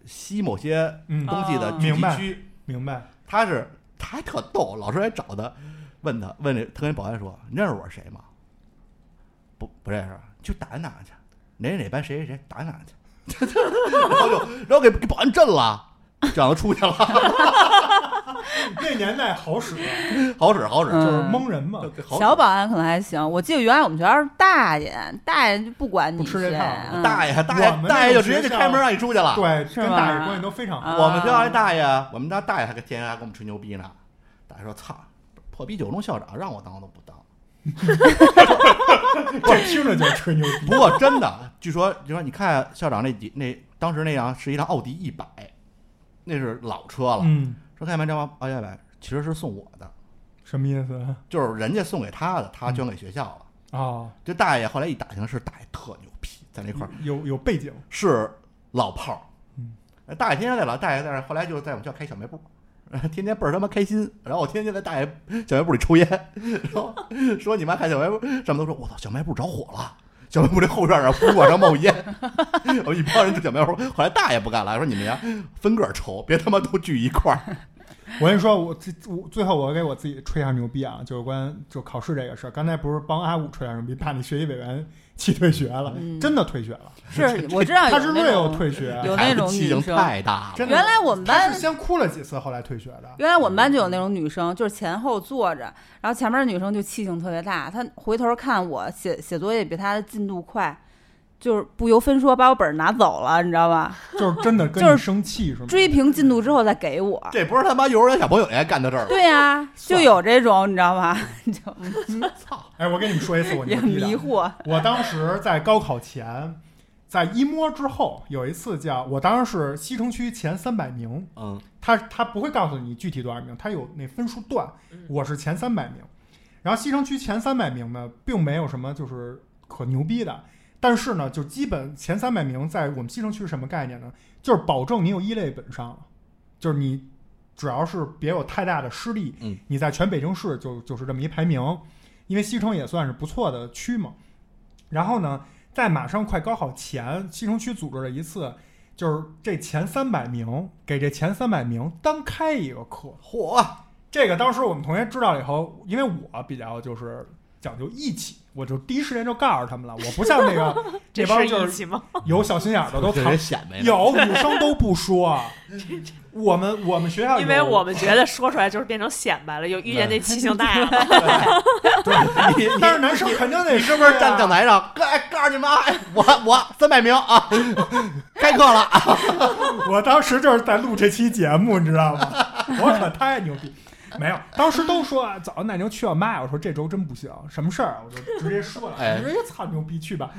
吸某些
嗯
东西的
哦
聚集
明白
区。
明白，
他是他还特逗，老师还找他，问他问那特跟保安说：“你认识我是谁吗？”不不认识，去打听打听去，哪哪哪班谁谁谁打听打听去， [laughs] 然后就然后给给保安震了。这样就出去了， [laughs]
那年代好使，
好使好使，
就是
就
蒙人嘛，
是好使
嗯小保安可能还行，我记得原来我们学校是大爷，大爷就不管你
不吃这
谁
套，
嗯
大爷大
我
爷
们
大爷
那
就
个
直接就
学校
开门让你出去了。
对，
是
跟
吧
大爷关系都非常好。
啊
我们学校那大爷，我们家大爷还跟天天还跟我们吹牛逼呢。大爷说：“操，破逼九中校长让我当我都不当。”
这听着就吹牛逼。[laughs]
不过真的，据说就说你看校长那几那当时那辆是一辆奥迪一百，那是老车了。
嗯，
说看见没，这帮奥迪一百哎其实是送我的，
什么意思啊
就是人家送给他的，
嗯
他捐给学校了。？
哦
这大爷后来一打听是大爷特牛逼，在那块儿
有有背景，
是老炮儿
嗯。
呃大爷天天在老大爷在那儿，后来就在我们学校开小卖部，呃天天倍儿他妈开心。然后我天天在大爷小卖部里抽烟，然后说你妈看小卖部，上面都说我操小卖部着火了，小卖部这后院啊呼往上冒烟，我们一帮人住小卖部。后来大爷不干了，说你们呀分个儿抽，别他妈都聚一块儿。
[laughs] 我跟你说，我最我最后我给我自己吹一下牛逼啊，就是关就考试这个事儿。刚才不是帮阿五吹一下牛逼，把你学习委员气退学了，
嗯
真的退学了，
是我知道
他
有
是
那
real
种，
退学，
有那种
孩子气性
女生
太大了，
真的
原来我们
他
班
是先哭了几次，后来退学
[laughs]
的。
原来我们班就有那种女生，就是前后坐着，然后前面的女生就气性特别大，她回头看我写写作业比她的进度快，就是不由分说把我本儿拿走了，你知道吧？
就是真的跟
就
你
是
生气是吗？
追平进度之后再给我。
这不是他妈幼儿园小朋友应该干的事儿。
对呀、就有这种，你知道吧？ [laughs]
哎，我跟你们说一次我
也
牛
很
逼
迷
的，啊
惑。
[laughs] 我当时在高考前，在一摸之后有一次叫我当时是西城区前三百名，
嗯，
他他不会告诉你具体多少名，他有那分数段
嗯，
我是前三百名。然后西城区前三百名呢，并没有什么就是可牛逼的，但是呢，就基本前三百名在我们西城区是什么概念呢？就是保证你有一类本上了，就是你只要是别有太大的失利，
嗯
你在全北京市就就是这么一排名，因为西城也算是不错的区嘛。然后呢，在马上快高考前，西城区组织了一次，就是这前三百名给这前三百名单开一个课。
嚯，
这个当时我们同学知道了以后，因为我比较就是讲究义气，我就第一时间就告诉他们了。我不像那个这
这
帮
是
就
义
是
气吗？
有小心眼儿的都
这 [laughs]
藏
人显摆呢。
有女生都不说。我们我们学校有
因为我们觉得说出来就是变成显摆了，有遇
[laughs]
见那气性大的，
你你
但是男生肯定得
你是不是
哎说呀
站讲台上？告告诉你们啊，哎我我三百名啊， [laughs] 开课了啊！
[laughs] 我当时就是在录这期节目，你知道吗？我可太牛逼。没有，当时都说啊早奶牛去我妈，我说这周真不行，什么事儿啊？我就直接说了，
哎
我说哎操牛逼去吧。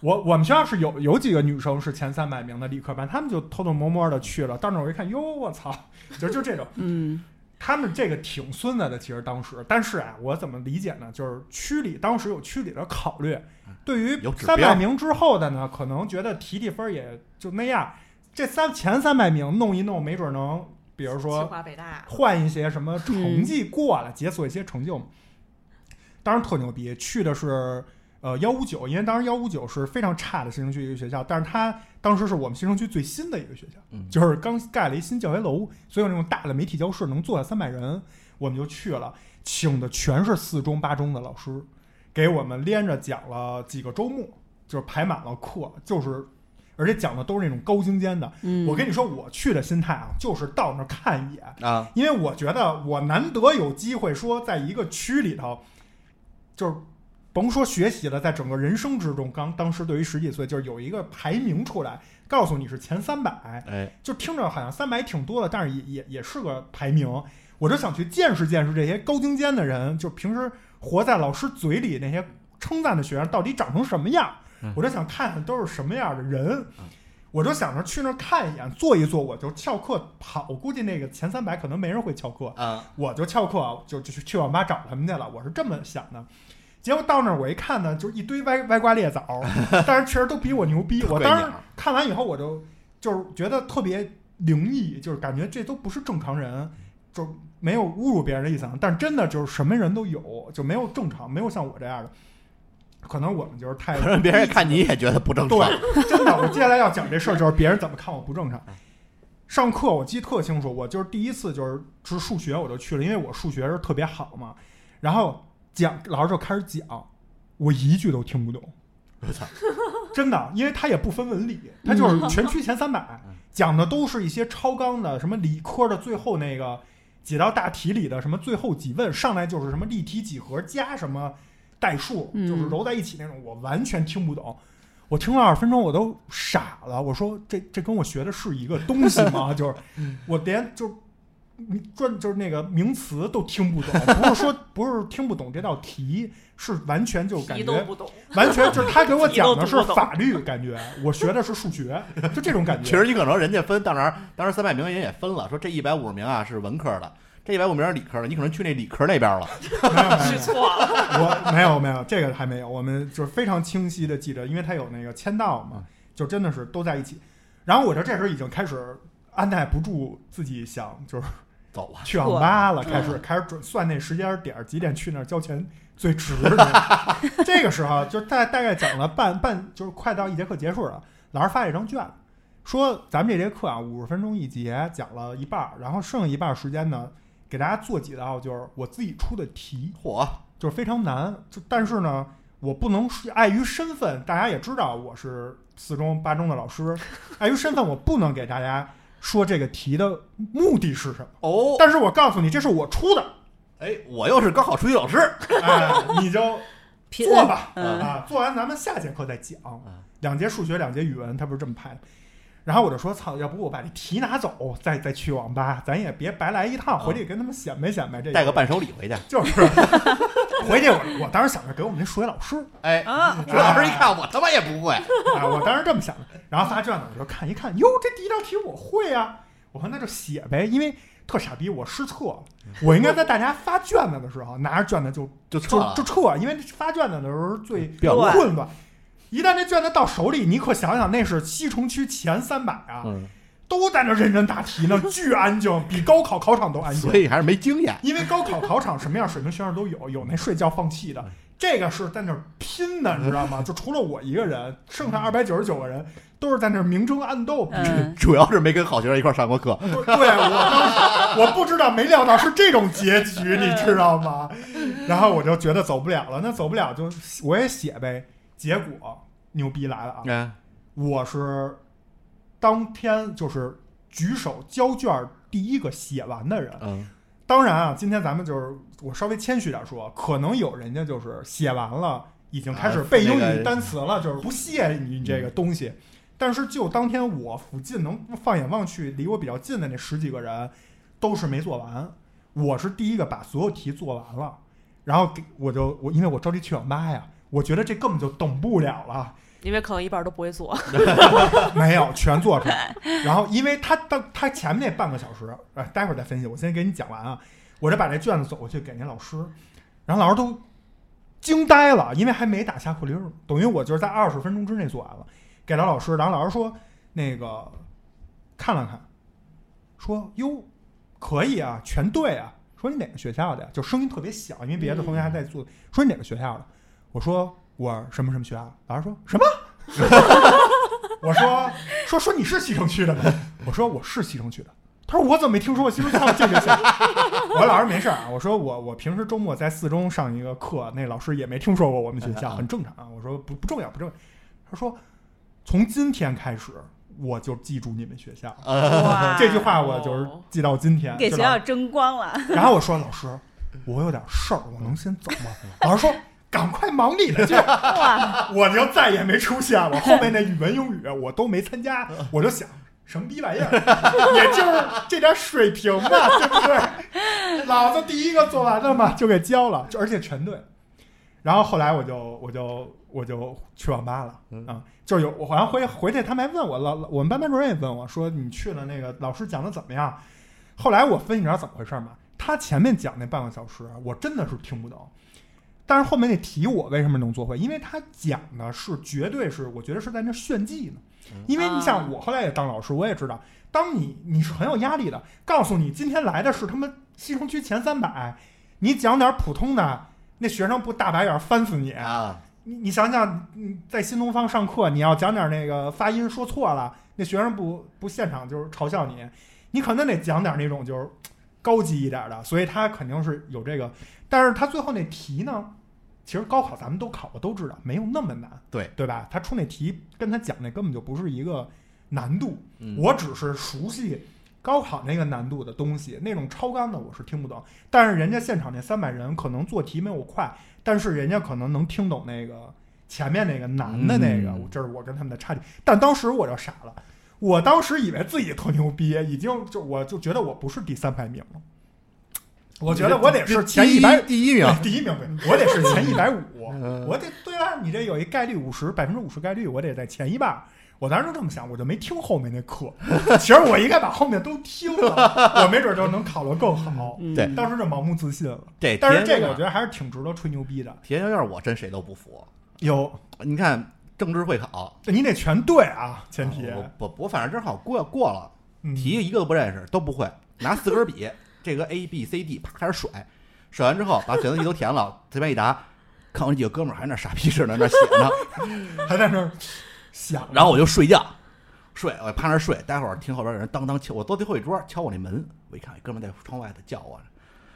我我们学校是有有几个女生是前三百名的理科班，她们就偷偷摸摸的去了。到那儿我一看，哟我操， [laughs] 就就这种，
嗯，
他们这个挺孙子的，其实当时，但是啊，我怎么理解呢？就是区里当时有区里的考虑，对于
嗯有指标
三百名之后的呢，可能觉得提提分儿也就那样，这三前三百名弄一弄，没准能，比如
清
说
华北大，
换一些什么成绩过了，解锁一些成就嘛。当时特牛逼，去的是呃幺五九，因为当时幺五九是非常差的新城区一个学校，但是它当时是我们新城区最新的一个学校，
嗯
就是刚盖了一新教学楼，所以有那种大的媒体教室能坐下三百人，我们就去了，请的全是四中八中的老师，给我们连着讲了几个周末，就是排满了课，就是而且讲的都是那种高精尖的。
嗯
我跟你说，我去的心态啊，就是到那儿看一眼。
啊，
因为我觉得我难得有机会说，在一个区里头，就是甭说学习了，在整个人生之中，刚当时对于十几岁，就是有一个排名出来，告诉你是前三百，
哎，
就听着好像三百挺多的，但是也也也是个排名。我就想去见识见识这些高精尖的人，就平时活在老师嘴里那些称赞的学生到底长成什么样
嗯，
我就想看看都是什么样的人
嗯。
我就想着去那儿看一眼，坐一坐，我就翘课跑。我估计那个前三百可能没人会翘课，
啊，
我就翘课，就就去去网吧找他们去了。我是这么想的。结果到那儿我一看呢，就是一堆歪歪瓜裂枣，
[laughs]
但是确实都比我牛逼。我当时看完以后，我就就是觉得特别灵异，就是感觉这都不是正常人，就没有侮辱别人的意思啊。但是真的就是什么人都有，就没有正常，没有像我这样的。可能我们就是
[laughs]
太
可能别人看你也觉得不正常。 [laughs]
对，真的，我接下来要讲这事儿，就是别人怎么看我不正常。上课我记得特清楚，我就是第一次就是是数学我就去了，因为我数学是特别好嘛。然后讲老师就开始讲，我一句都听不懂。
我操！
[laughs] 真的，因为他也不分文理，他就是全区前三百
嗯，
[laughs] 讲的都是一些超纲的，什么理科的最后那个几道大题里的什么最后几问，上来就是什么立体几何加什么代数，
嗯
就是揉在一起那种，我完全听不懂。我听了二十分钟，我都傻了。我说这这跟我学的是一个东西吗？ [laughs] 就是我连就是专就是那个名词都听不懂，不是说不是听不懂这道题，是完全就感
题
觉
都不懂，
完全就是他给我讲的
你都读
是
不懂
法律，感觉我学的是数学，就这种感
其
觉。
实你可能人家分，当然当时三百名人也分了，说这一百五十名啊是文科的，这一百五十名是理科的，你可能去那理科那边了。
没有没有没
是错了，
有，我没有没有，这个还没有。我们就是非常清晰的记着，因为他有那个签到嘛，就真的是都在一起。然后我就这时候已经开始按耐不住自己想就是
走啊，
去网吧了，开始开始准算那时间点儿几点去那儿交钱最值的。这个时候啊就大大概讲了半半，就是快到一节课结束了，老师发了一张卷，说咱们这节课啊五十分钟一节，讲了一半儿，然后剩一半儿时间呢，给大家做几道就是我自己出的题，
嚯，哦
就是非常难。就但是呢，我不能是碍于身份，大家也知道我是四中八中的老师，碍于身份我不能给大家说这个题的目的是什么。
哦，
但是我告诉你，这是我出
[laughs]
的，
哎，我又是高考数学老师，
哎，你就
拼
做吧，
嗯
啊，做完咱们下节课再讲。两节数学，两节语文，他不是这么排的。然后我就说，操，要不我把这题拿走，再再去网吧，咱也别白来一趟，回去也跟他们显摆显摆这啊
带个伴手礼回去。
就是 [laughs] 回去我我当时想着给我们那数学老师，
哎，
啊
我老师一看我他妈也不会，
啊，我当时这么想的。然后发卷子，我就看一看，哟，这第一道题我会啊，我说那就写呗，因为特傻逼，我失策，我应该在大家发卷子的时候拿着卷子 [laughs] 就
就撤
就
了嗯
就。撤，因为发卷子的时候最
比较乱
混乱。一旦这卷子到手里，你可想想，那是西城区前三百啊，
嗯，
都在那认真答题呢，巨安静，比高考考场都安静
所。以还是没经验。
因为高考考场什么样水平学生都有，有那睡觉放弃
嗯
的，这个是在那儿拼的，你知道吗？就除了我一个人，剩下二百九十九个人都是在那儿明争暗斗。
嗯，
主要是没跟好学生一块儿上过课，
对，我当时我不知道，没料到是这种结局，你知道吗？然后我就觉得走不了了，那走不了就我也写呗。结果牛逼来了啊！
嗯，
我是当天就是举手交卷儿第一个写完的人，
嗯，
当然啊，今天咱们就是我稍微谦虚点说，可能有人家就是写完了，已经开始背英
啊那个
语单词了，就是不屑你这个东西。但是就当天我附近能放眼望去，离我比较近的那十几个人，都是没做完。我是第一个把所有题做完了，然后给我就我因为我着急去网吧呀，我觉得这根本就等不了了。
因为可能一半都不会做，
[laughs] 没有，全做出来。然后，因为他当他前面那半个小时，呃，待会儿再分析，我先给你讲完啊。我这把这卷子走过去给那老师，然后老师都惊呆了，因为还没打下课铃儿，等于我就是在二十分钟之内做完了，给到老师，然后老师说那个看了看，说哟，可以啊，全对啊。说你哪个学校的呀？就声音特别小，因为别的同学还在做。说你哪个学校的？我说我什么什么学校。老师说什么？我说说说你是西城区的吗？我说我是西城区的。他说我怎么没听说过西城区这学校？ [laughs] 我说老师没事儿啊，我说我我平时周末在四中上一个课，那老师也没听说过我们学校，很正常啊。我说不不重要不重要。他说从今天开始我就记住你们学校了。
啊
哇
[laughs]
这句话我就是记到今天。
给
就
学
老
校争光了，
[laughs] 然后我说老师，我有点事儿，我能先走吗？老师说。赶快忙你的去！我就再也没出现了。后面那语文、英语我都没参加，我就想什么逼玩意儿， [laughs] 也就是这点水平嘛，对不对？老子第一个做完的嘛，就给交了，就而且全对。然后后来我就我就我就去网吧了
嗯
啊，就是有我好像回回去，他们还问我老我们班班主任也问我说你去了那个老师讲的怎么样？啊后来我分析你知道怎么回事吗？他前面讲那半个小时，我真的是听不懂。但是后面那题我为什么能做会？因为他讲的是绝对是，我觉得是在那炫技呢
嗯。
因为你
啊
像我后来也当老师，我也知道，当你你是很有压力的。告诉你今天来的是他们西城区前三百，你讲点普通的，那学生不大白眼翻死你。
啊，
你你想想，你在新东方上课，你要讲点那个发音说错了，那学生不不现场就是嘲笑你，你可能得讲点那种就是高级一点的，所以他肯定是有这个。但是他最后那题呢，其实高考咱们都考过，都知道没有那么难，
对
对吧？他出那题跟他讲那根本就不是一个难度，
嗯
我只是熟悉高考那个难度的东西，那种超纲的我是听不懂。但是人家现场那三百人可能做题没有我快，但是人家可能能听懂那个前面那个难的那个，
嗯
这是我跟他们的差距。但当时我就傻了，我当时以为自己特牛逼，已经就我就觉得我不是第三百名了，我觉得我得是前
第
一百
第 [laughs] 一名，
对第一名对，我得是前一百五
嗯，
我得对吧？你这有一概率五十百分之五十概率，我得在前一半儿。我当时就这么想，我就没听后面那课。其实我应该把后面都听了，我没准就能考得更好。
嗯
对
当时就盲目自信了。
这
但是这个我
觉
觉得还是挺值得吹牛逼的。
田圆圆我真谁都不服。
有，
你看政治会考，
你得全对啊，前提。
我我我反正正好过过了，
嗯
题哦一个都不认识，都不会，拿四根笔，这个 A B C D 啪开始甩，甩完之后把选择题都填了，随便一答，看我几个哥们儿还那傻逼似的那写呢，
还在那儿想，
然后我就睡觉，睡，我趴那儿睡，待会儿听后边有人当当敲，我坐最后一桌敲我那门，我一看，哥们儿在窗外头叫我呢，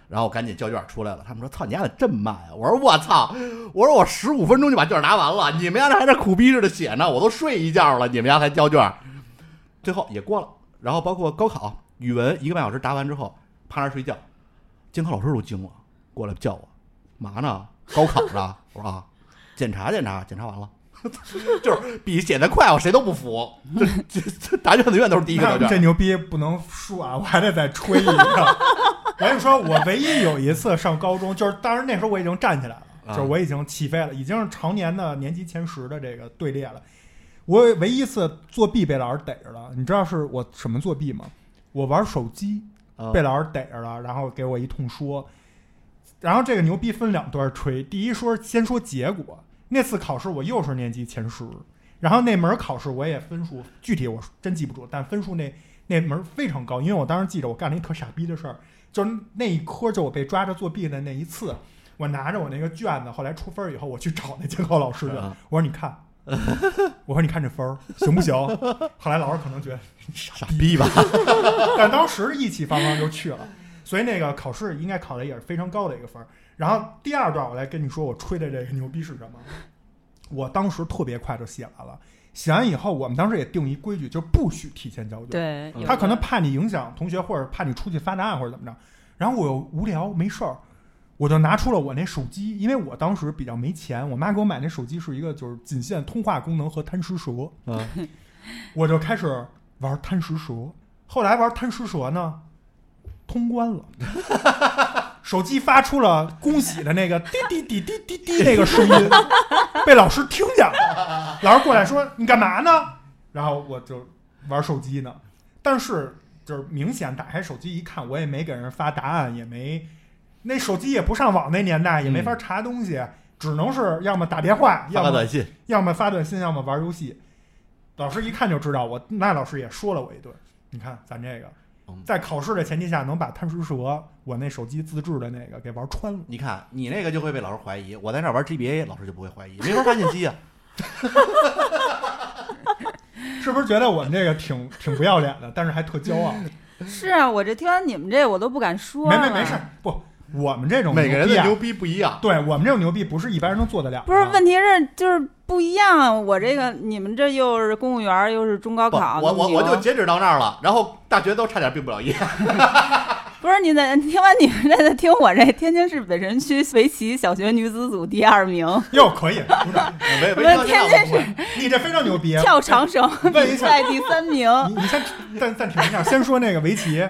然后我赶紧交卷出来了，他们说操你丫的这么慢呀、我说我操，我说我十五分钟就把卷答完了，你们丫的还那苦逼似的写呢，我都睡一觉了，你们丫还交卷，最后也过了，然后包括高考语文一个半小时答完之后，趴那儿睡觉，监考老师都惊了，过来叫我，嘛呢？高考呢？ [laughs] 我说啊，检查检查，检查完了。 [laughs] 就是比写的快，我谁都不服。 [laughs] 这这这答卷子永远都是第一个答
那这
卷。
牛逼不能输啊！我还得再吹一个。我跟你说，我唯一有一次上高中，就是当时那时候我已经站起来了，
啊
就是我已经起飞了，已经是常年的年级前十的这个队列了。我唯一一次作弊被老师逮着了，你知道是我什么作弊吗？我玩手机
啊
被老师逮着了，然后给我一通说。然后这个牛逼分两段吹，第一说先说结果，那次考试我又是年级前十，然后那门考试我也分数具体我真记不住，但分数那那门非常高，因为我当时记着我干了一特傻逼的事儿，就是那一科就我被抓着作弊的那一次，我拿着我那个卷子，后来出分儿以后，我去找那监考老师去，
啊
我说你看，我说你看这分儿行不行？后来老师可能觉得
傻逼吧？
但当时意气方刚就去了，所以那个考试应该考的也是非常高的一个分儿。然后第二段我来跟你说我吹的这个牛逼是什么，我当时特别快就写完了，写完以后我们当时也定一规矩，就是不许提前交卷。
对
嗯
他可能怕你影响同学，或者怕你出去发答案或者怎么着。然后我又无聊没事儿，我就拿出了我那手机，因为我当时比较没钱，我妈给我买那手机是一个就是仅限通话功能和贪吃蛇，
啊
我就开始玩贪食蛇。后来玩贪食蛇呢，通关了，手机发出了恭喜的那个滴滴滴滴滴滴那个声音，被老师听见了。老师过来说：“你干嘛呢？”然后我就玩手机呢，但是就是明显打开手机一看，我也没给人发答案，也没那手机也不上网，那年代也没法查东西，只能是要么打电话，
发
要
个
么
短信，
要么发短信，要么玩游戏。老师一看就知道我，那老师也说了我一顿。你看咱这个
嗯，
在考试的前提下能把贪吃蛇我那手机自制的那个给玩穿了。
你看你那个就会被老师怀疑，我在那玩 GBA，老师就不会怀疑，没法发信息啊。
是不是觉得我们这个挺 [laughs] 挺不要脸的，但是还特
[laughs]
骄傲？
是啊，我这听完你们这，我都不敢说
没没
了
没事儿，不，我们这种
[laughs] 每个人的
牛逼啊，
牛逼不
[laughs]
一样，
对我们这种牛逼不是一般人能做得了的。啊
不是，问题是就是不一样啊。我这个你们这又是公务员，又是中高
不，
考，
我我
那你
我
有
就截止到那儿了，然后大学都差点毕不了业。
不是你在 [laughs] 听完你们这，再听我这天津市北辰区围棋小学女子组第二名，
哟，可
[laughs]
以，鼓掌！
没没
我
到
天
那儿
你这非常牛逼。
跳长绳
问一
比
下
赛第三名。
你你先暂暂停一下，先说那个围棋，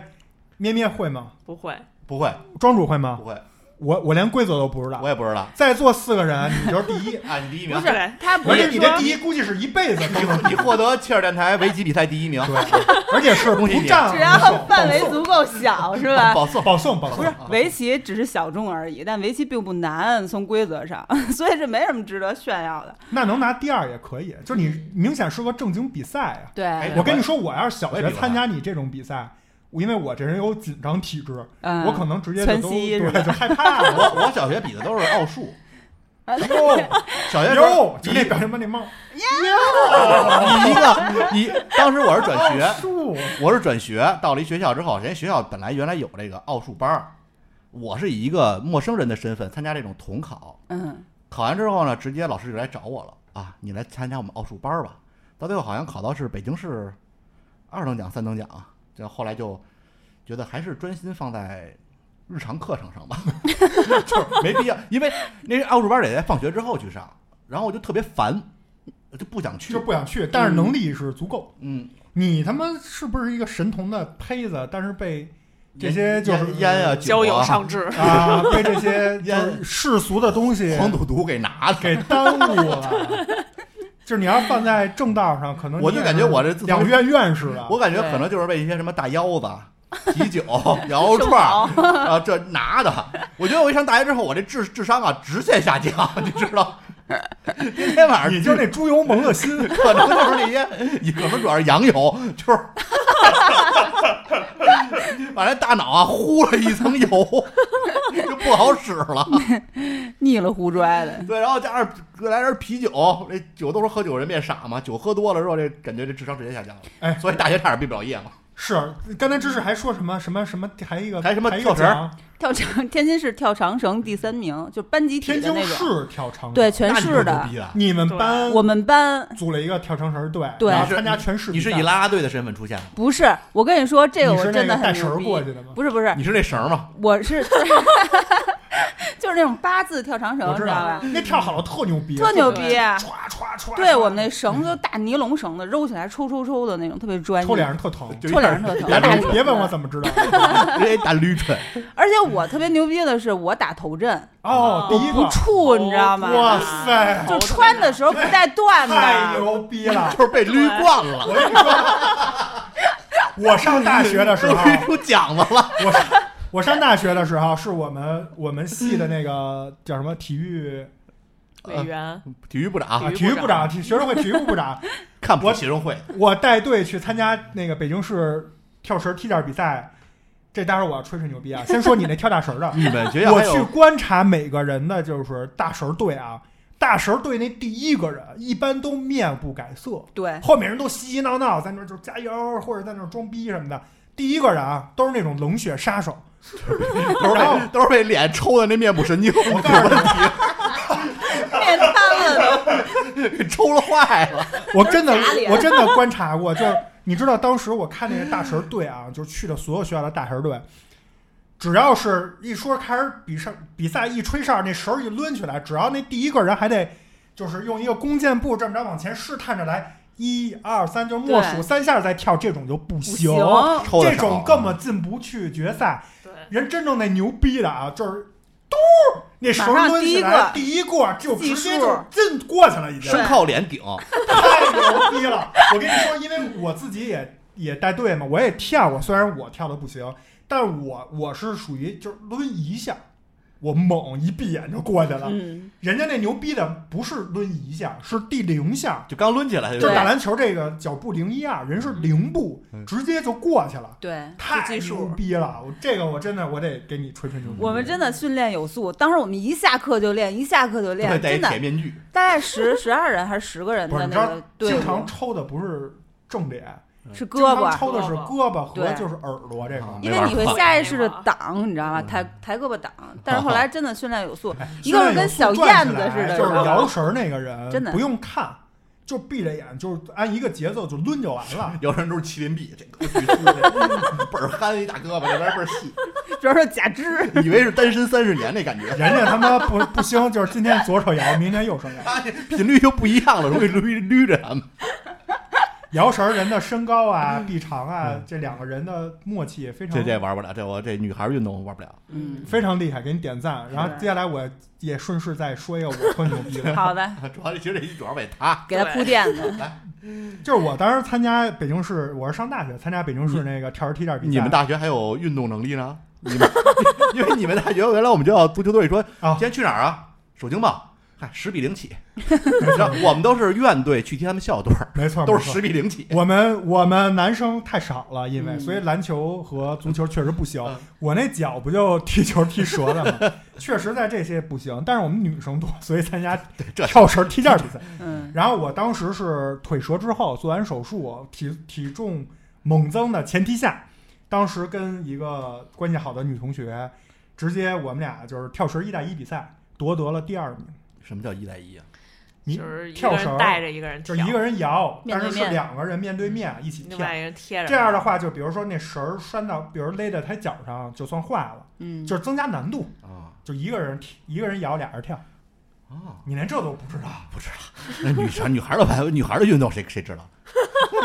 咩咩会吗？
不会，
不会
庄主会吗？
不会，
我我连规则都不知道
我。也不知道。。
在座四个人，你就是第一
啊，你第一名
不，是
[laughs]
他不
而且
是
你这
说
第一估计是一辈子都能
你获得切尔电台围棋比赛第一名，
[laughs] 对，而且是不
恭喜你
占
只要范围足够小，是吧？
保送。
保送保
哦不
送啊
是。
围棋只是小众而已，但围棋并不难，从规则上， [laughs] 所以这没什么值得炫耀的。
那能拿第二也可以，就是你明显是个正经比赛啊。
哎
我跟你说，我要是小
我也
学
比不上
参加你这种比赛，我因为我这人有紧张体质，
嗯，
我可能直接就
窜
都
稀
对
是吧
就害怕 [laughs] 了。
我我小学比的都是奥
[laughs]
数，哦
哟
小
哎
学时候
哟，就那表情包那 [laughs] 帽
你一个你当时我是转学，
树，
我是转学到了一学校之后，人家学校本来原来有这个奥数班儿，我是以一个陌生人的身份参加这种统考，
嗯，
考完之后呢，直接老师就来找我了啊，你来参加我们奥数班儿吧。到最后好像考到是北京市二等奖、三等奖啊，然后后来就觉得还是专心放在日常课程上吧， [laughs] 就是没必要，因为那奥数班儿得在放学之后去上，然后我就特别烦，就不想去
就。不想去，但是能力是足够。
嗯，
你他妈是不是一个神童的胚子？但是被这些就
烟
是
烟啊、
[laughs] 交
酒
友
啊、
上智，
啊，被这 [laughs] 些就
烟
是世俗的东西
黄赌毒给拿了。
给耽误了。就是你要放在正道上，可能
我
你
就
也
感觉
是
我这自从
两院院士啊，
我感觉可能就是被一些什么大腰子、啤酒、羊
[laughs]
肉串儿啊这拿的。我觉得我一上大学之后，我这智智商啊直线下降，你知道？今天晚上
你就是那猪油蒙了心，
[laughs] 可能就是那些，也可能主要是羊油，就是， [laughs] 把这大脑啊糊了一层油，就不好使了。
腻了胡拽的。
对，然后加上来点啤酒，这酒都是喝酒人变傻嘛，酒喝多了之后，这感觉这智商直接下降了。
哎
所以大学差点毕不了业嘛。
是，刚才知识还说什么什么什么，还一个
还什么
一
跳
个
绳
奖
[laughs] 跳长，天津市跳长绳第三名，就班集体
天
的
津
那种，
市跳长绳，
对，全
那你
市
就牛
的。
逼了。
你们班
我们班
组了一个跳长绳队，
对
然后参加全市比
你是
赛，
以啦啦队的身份出现的，
不是，我跟你说，这
你
个
是
我
那
真的
个带
很
绳
牛
儿
逼。
过去的吗？
不是不是，
你是那绳儿
[laughs]
吗？
我是 [laughs] 就是那种八字跳长绳，
我
你
知
知道吧？
那跳好了特牛逼，
特牛逼啊！
歘歘歘，
对我们那绳子大尼龙绳子，揉起来抽抽抽的那种，特别专业。
抽脸上特疼，
就
抽脸上特
[laughs]
疼
别
别
问
打
我别问我怎么知道的，
直接打捋准。
而且我特别牛逼的是，我打头阵，
哦，第一
不
个，
怵，你知道吗？
哇哎塞，
就穿的时候不带缎
太
的，
牛逼了！
[laughs] 就是被捋惯了，
我上大学的时
都
候，
捋 [laughs] 出奖子了。
我上我上大学的时候，是我们我们系的那个叫什么体育呃
委员
呃体育部长
啊，体
体
育
育
部
部
长，
长
体学生会体育部部
[laughs]
长，
看
我
破协生会，
我带队去参加那个北京市跳绳踢毽比赛。这待会儿我要吹吹牛逼啊！
[laughs]
先说你那跳大绳的，
你们学校
我
还
去
有
观察每个人的就是大绳队啊，大绳队那第一个人一般都面不改色，
对，
后面人都嘻嘻闹闹，在那儿就加油或者在那儿装逼什么的。第一个人啊，都是那种冷血杀
[laughs]
手，
都是被都是被脸抽的那面部神经有问 [laughs] 题，
面瘫了都。
给抽了坏了。
我真的
都是假，脸
[laughs] 我真的观察过，就是你知道，当时我看那个大神队啊，就是去的所有学校的大神队，只要是一说开始比上比赛一吹哨，那绳一抡起来，只要那第一个人还得就是用一个弓箭步这么着往前试探着来，一二三，就是默数
对
三下再跳，这种就不
不
行
行，
抽啊的
这种根本进不去决赛。
对
人真正那牛逼的啊，就是嘟，那绳
马上
抡
第
起
一
来
个
第一过就直接
计数
就进过去了，已经。
生靠脸顶，
太牛逼了！我跟你说，因为我自己也也带队嘛，我也跳过，虽然我跳的不行，但我我是属于就是抡一下，我猛一闭眼就过去了。
嗯，
人家那牛逼的不是抡一下，是第零下，
就刚抡起来
就
就
是是打篮球这个脚步零一二，人是零步，
嗯
直接就过去了。
对，不
太
计
牛
数。
逼了！我这个我真的我得给你吹吹牛逼。
我们真的训练有素，当时我们一下课就练，一下课就
对
练，
戴一
真
铁
的，
面具，
大概十十二人还是十个人
不是
的
你
那
知道
个，队
经
伍
常，抽的不是正脸，
是胳
经常
膊，啊
抽的是胳膊和
对
就是耳朵这个。
因
没
为
法
你会
碰
下意识的
没法
挡，你知道吧？
嗯。
抬抬胳膊挡，但是后来真的训练有素，一
个
个是跟小燕子似的，
就是
知道吧
摇绳儿那个人，
真的
不用看，就闭着眼，就是按一个节奏就抡就完了
[laughs]
腰身都是麒麟臂，这个巨粗的倍儿憨，一大胳膊，那边倍儿细，
主要是假肢，
以为是单身三十年那感
[laughs]
觉。 [laughs]
人家他妈不不兴，就是今天左手摇，明天右手摇。
他这频率又不一样了，容易捋捋着他们。
摇绳儿人的身高
嗯
啊、臂长啊，这两个人的默契也非常
嗯这这玩不了，这我这女孩运动玩不了。 [laughs]
嗯，
非常厉害，给你点赞。然后接下来我也顺势再说一个我特牛逼的，
好的，
主要其实这一主要为她，
给他铺垫的。
就是我当时参加北京市，我是上大学参加北京市那个跳绳踢毽比赛，
嗯你们大学还有运动能
[laughs]
力呢？你们 [laughs] 因为你们大学原来我们就要足球队说
啊
今天去哪儿啊？首经贸，嗨，十比零起。然后我们都是院队去踢他们校队儿，
[laughs] 没错，
都
没
是
错
十比零起。
我们我们男生太少了，因为、
嗯
所以篮球和足球确实不行。
嗯
我那脚不就踢球踢折了吗？ [laughs] 确实在这些不行。但是我们女生多，所以参加
这
跳绳踢毽比赛。
嗯，
然后我当时是腿折之后做完手术，体体重猛增的前提下，当时跟一个关系好的女同学，直接我们俩就是跳绳一带一比赛夺得了第二名。
什么叫一带一啊？
你
就是一
跳
个
绳
人带着一个人
就
跳，
是一个人摇，
面
但
对
是是
面
两个人面
嗯
对面一起
另
跳。
外一个人贴着。
这样的话，就比如说那绳儿拴到，比如勒在他脚上，就算坏了，
嗯，
就是增加难度。
啊
就一个人踢一个人摇，俩人跳，
啊，
你连这都不知道，
那 [laughs] 女生女孩的玩女孩的运动谁谁知道？啊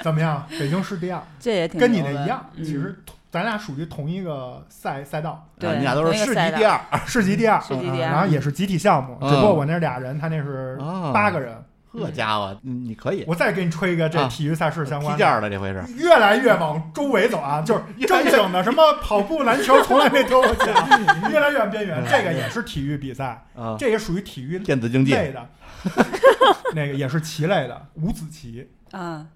怎么样？北京市第二，
这也挺
跟你
牛
那
的
一样。
嗯
其实咱俩属于同一个赛赛道，
对
啊你俩都是
同一个
市级
赛道
第二
市级第二，
啊世纪
嗯
第二
然后也是集体项目，
嗯
只不过我那是俩人，他那是
啊
八个人。
呵家伙，你你可以
我再给你吹一个这
啊
体育赛事
踢
相关的。
毽了，这回是
越来越往周围走
[laughs]
啊，就是正经的什么跑步、篮球从来没丢过球，啊越来越往边
[laughs]
缘。这个也是体育比赛，
啊，
这也属于体育
电子竞技。 [laughs]
类的，那个也是棋类的，五子棋，
啊，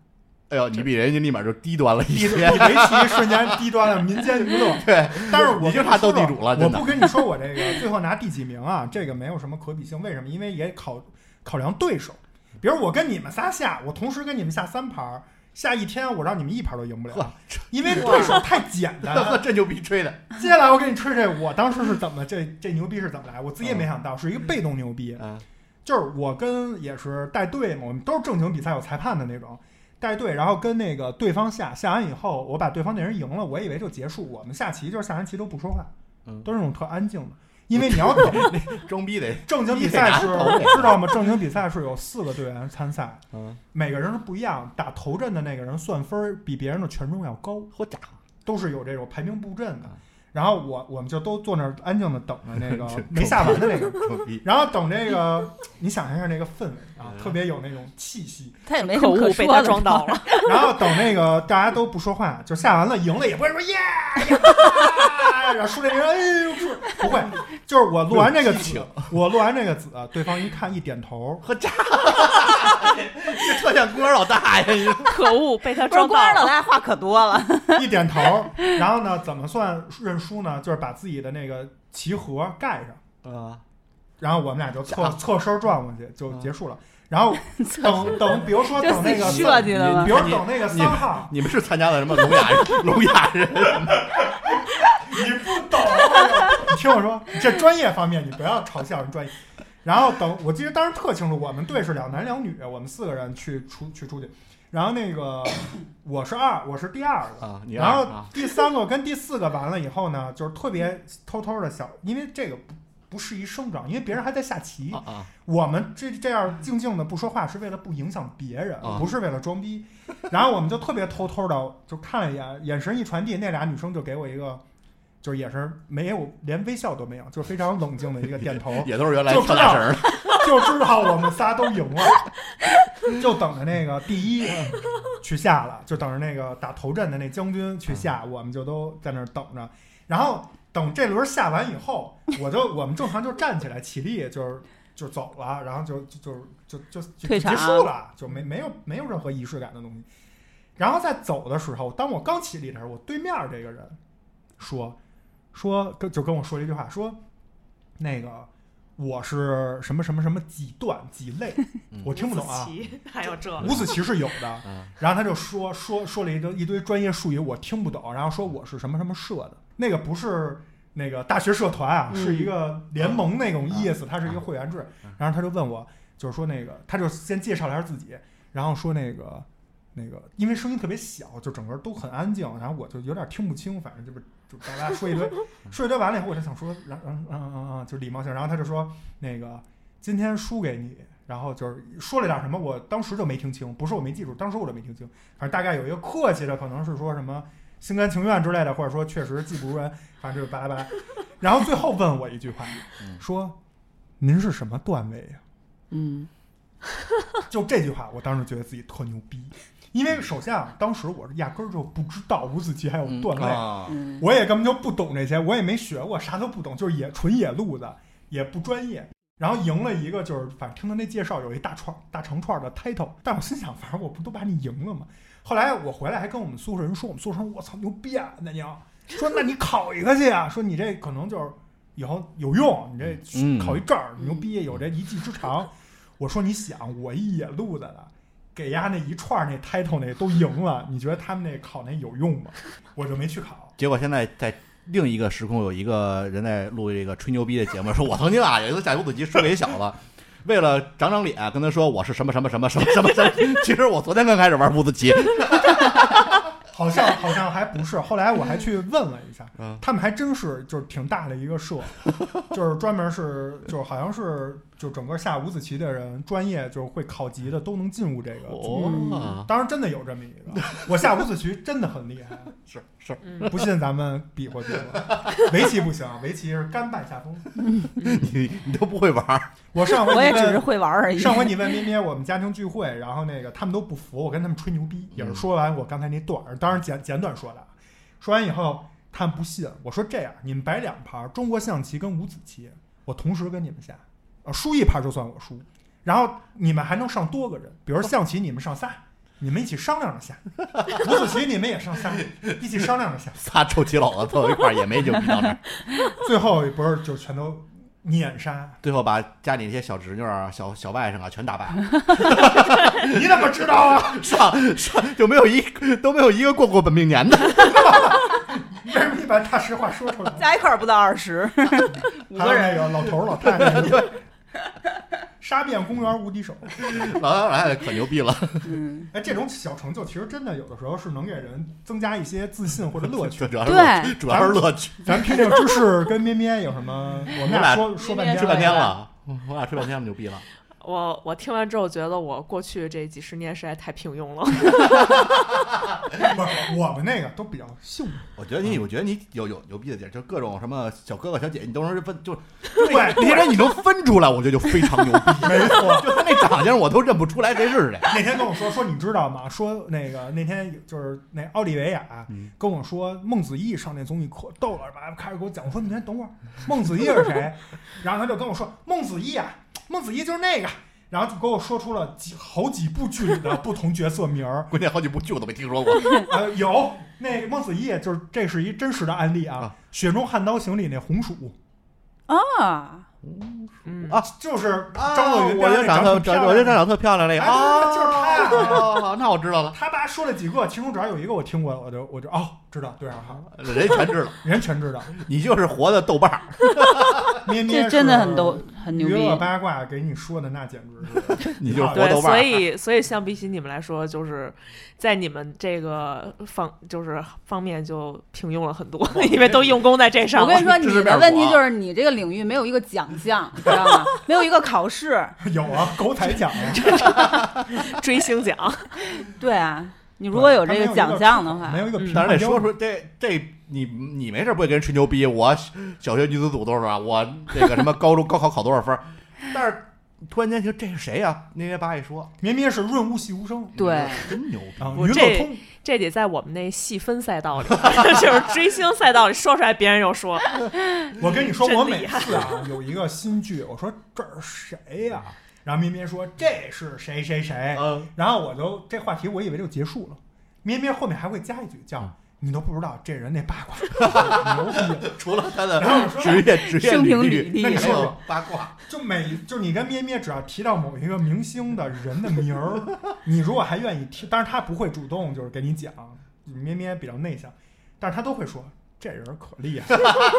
哎呦，你比人家立马就低端了一
比
些
比。围棋瞬间低端了民间娱乐。
[laughs] 对，
但是我
你就差斗地主了
我
真的
不跟你说我这个最后拿第几名啊，这个没有什么可比性。为什么？因为也考考量对手，比如我跟你们仨下，我同时跟你们下三盘儿。下一天我让你们一盘儿都赢不
呵
了，因为对手太简单了
呵，。 [laughs] 这牛逼吹的，
[laughs] 接下来我给你吹吹，我当时是怎么这这牛逼是怎么来，我自己也没想到，是一个被动牛逼。
嗯
就是我跟也是带队嘛，我们都是正经比赛有裁判的那种，带队，然后跟那个对方下下完以后，我把对方那人赢了，我以为就结束，我们下棋就是下完棋都不说话
嗯，
都是那种特安静的，因为你
[laughs]
要
装逼得，
正经比赛是
你得拿啊头
知道吗？正经比赛是有四个队员参赛，
嗯，
每个人是不一样，打头阵的那个人算分儿比别人的权重要高。
嚯家伙，
都是有这种排兵布阵的
啊。
然后我我们就都坐那儿安静的等着那个没下完的那个，
牛逼，
然后等这个，你想象一下那个氛围啊，
嗯
特别有那种气息。
他也没什
可
么哎可
恶，
说
被他
的
撞到
[laughs]
了。
然后等那个大家都不说话，就下完了赢了也不会说耶，呀然后输那人哎呦输不会，就是我录完这个
激
子
情，
我录完这个子，啊对方一看一点头，
嚯家伙， [laughs] 这特像公园老大爷，你说
可恶，被他
不是
撞
官
到
二老
了。
大话可多了。
一点头，然后呢怎么算认输呢？就是把自己的那个棋盒盖上。
啊，
然后我们俩就
假嗯
侧侧身转过去就结束了。然
[laughs]
后等等，比如说
就
等
自
那
己
个
设
三，
计的吗
比？如等那个
你
三号，
你们是参加了什么聋哑人？聋哑人
你不懂。你听我说，这专业方面你不要嘲笑人专业。然后等，我记得当时特清楚，我们队是两男两女，我们四个人去出去出去。然后那个我是二，我是第二个。
啊，你
然
二
后
啊，
第三个跟第四个完了以后呢，就是特别偷偷的小，因为这个不不适宜生长，因为别人还在下棋。
啊啊，
我们这这样静静的不说话，是为了不影响别人，
啊，
不是为了装逼。然后我们就特别偷偷的就看了一眼，眼神一传递，那俩女生就给我一个，就是也是没有连微笑都没有，就是非常冷静的一个点头
也都是原来
就知
跳
道
大绳的，
就知道我们仨都赢了，就等着那个第一去下了，就等着那个打头阵的那将军去下，我们就都在那儿等着，然后。等这轮下完以后，我就我们正常就站起来起立，就是就走了，然后就就就就就就
退
结
场
束了，就没没有没有任何仪式感的东西。然后在走的时候，当我刚起立的时候，我对面这个人说说跟就跟我说了一句话，说那个我是什么什么什么几段几类
嗯，
我听不懂啊
子。琪还有这
五子棋是有的
嗯，
然后他就说说说了一堆一堆专业术语我听不懂，然后说我是什么什么社的，那个不是那个大学社团啊，
嗯
是一个联盟那种意思，它是一个会员制
嗯。
然后他就问我，就是说那个，他就先介绍了一下自己，然后说那个那个，因为声音特别小，就整个都很安静，然后我就有点听不清，反正就是就巴拉说一堆，说一堆完了以后，我就想说，然嗯嗯嗯嗯，就礼貌性，然后他就说那个今天输给你，然后就是说了点什么，我当时就没听清，不是我没记住，当时我就没听清，反正大概有一个客气的，可能是说什么心甘情愿之类的，或者说确实技不如人，反正就是巴拉 [laughs] 巴拉。然后最后问我一句话
嗯，
说您是什么段位呀、 [laughs]
嗯，
就这句话，我当时觉得自己特牛逼，因为首先啊，当时我是压根儿就不知道五子棋还有
嗯
段位，
啊
嗯
我也根本就不懂这些，我也没学过，啥都不懂，就是野纯野路子，也不专业。然后赢了一个，就是反正听他那介绍有一大串大长串的 title，但我心想，反正我不都把你赢了吗？后来我回来还跟我们宿舍人说，我们宿舍人说我操牛逼啊，那娘说那你考一个去啊，说你这可能就是以后有用，你
嗯
这考一证儿牛逼，有这一技之长。我说你想，我一野路子的，给丫那一串那 title 那都赢了，你觉得他们那考那有用吗？我就没去考。
结果现在在另一个时空，有一个人在录这个吹牛逼的节目，说我曾经啊有一次下五子棋输给一小子，为了 [laughs] 长长脸，跟他说我是什么什么什么什么什么什么， [laughs] 其实我昨天刚开始玩五子棋，
好像
[laughs]
好像还不是。后来我还去问了一下
嗯，
他们还真是就是挺大的一个
[laughs]
社，就是专门是就是好像是就整个下五子棋的人，专业就是会考级的都能进入这个组。
哦，
当然，真的有这么一个，我下五子棋真的很厉
[laughs]
害，
[laughs] 是是，
嗯，
不信咱们比划比划。围棋不行，围棋是甘拜下风。
你你都不会玩儿，
我上回
[laughs] 我也
你
只
问
是会玩而 [laughs] 已。
上回你问咩咩，我们家庭聚会，然后那个他们都不服，我跟他们吹牛逼，也是说完我刚才那段儿，当然简简短说的啊。说完以后，他们不信，我说这样，你们摆两盘中国象棋跟五子棋，我同时跟你们下，呃，输一盘就算我输，然后你们还能上多个人，比如象棋你们上仨，你们一起商量着下；五子棋你们也上仨，一起商量着下。
仨臭棋篓子凑一块儿也没牛逼到那儿，
最后不是就全都碾杀，
[laughs] 最后把家里那些小侄女儿啊、小小外甥啊全打败，
你怎么知道啊？
[laughs] 上上就没有一都没有一个过过本命年的， [laughs]
为什么你把大实话说出来？
加一块儿不到二十，五
还有
个
那
人。
个老头儿老太太，对，杀遍公园无敌手。
老老太太可牛逼了，
嗯，
哎，这种小成就其实真的有的时候是能给人增加一些自信或者乐趣。
[laughs] 主要是乐
对，
主要是乐趣，
咱们听听芝士跟咩咩有什么，我们俩说说半
吹
天
半天
了。
了，我俩吹半天了，牛逼了。
我我听完之后觉得我过去这几十年实在太平庸了。
不是，我们那个都比较幸运。
我觉得你，我觉得你有有牛逼的地儿，就各种什么小哥哥小姐姐，你都能分，就是
对，
那些人你能分出来，我觉得就非常牛逼。
没错。
就他那长相，我都认不出来谁是谁。
[laughs] 那天跟我说说，你知道吗？说那个那天就是那奥利维亚
嗯
跟我说，孟子义上那综艺可逗了，妈开始给我讲。我说你先等会儿，孟子义是
[laughs]
谁？然后他就跟我说，孟子义啊，孟子义就是那个。然后就给我说出了几好几部剧里的不同角色名
[laughs]，
儿
关键好几部剧我都没听说过。
呃，有那个孟子义，就是这是一真实的案例啊
啊，
《雪中悍刀行》里那红薯，啊
啊，
嗯，
就是张若昀
啊我
边
就
上
长
那
得
长
长，我就
得
长得特漂亮那个
哎
啊，
就是他
哦那我知道了，
他爸说了几个，其中只要有一个我听过，我就我就哦知道对上号，
人全知道，
人全知道。
你就是活的豆瓣儿。
咩咩
这真的很逗，很牛
娱乐
逼。
八卦给你说的那简直是，
你就是
啊
[laughs]
活
对，
豆瓣
所
儿。
以所以相比起你们来说，就是在你们这个方就是方面就平庸了很多，因为都用功在这上
我
了。
跟你说，
知
你
识面
的问题
广
就是你这个领域没有一个奖项，知道吗？没有一个考试。 [laughs]
有啊，狗仔奖啊，
追星
[laughs]
奖，
对啊，你如果有这
他没
个奖项的话
没，有一个评
当
判
然得
标
说
准。
说这这，你你没事不会跟人吹牛逼。我小学女子组多少啊？我那个什么高中高考考多少分儿？但是突然间听这是谁呀、那天爸一说，
咩咩是润物细无声
对，
[laughs]
真牛逼。
啊，
不
娱乐
这
通
这得在我们那细分赛道里， [laughs] 就是追星赛道里说出来，别人又说。
啊我跟你说，
真
我
厉
每次啊有一个新剧，我说这是谁呀、然后咩咩说这是谁谁谁，
嗯，
然后我就这话题我以为就结束了，咩咩后面还会加一句叫你都不知道这人那八卦 [laughs] 牛逼，
除了他
然后
的
我说
职
哎
业职业
生平履
履历，
那你
历
说
还有八卦，
就每就你跟咩咩只要提到某一个明星的人的名
[laughs]
儿，你如果还愿意听，但是他不会主动就是给你讲，咩咩比较内向，但是他都会说这人可厉
[laughs]
害。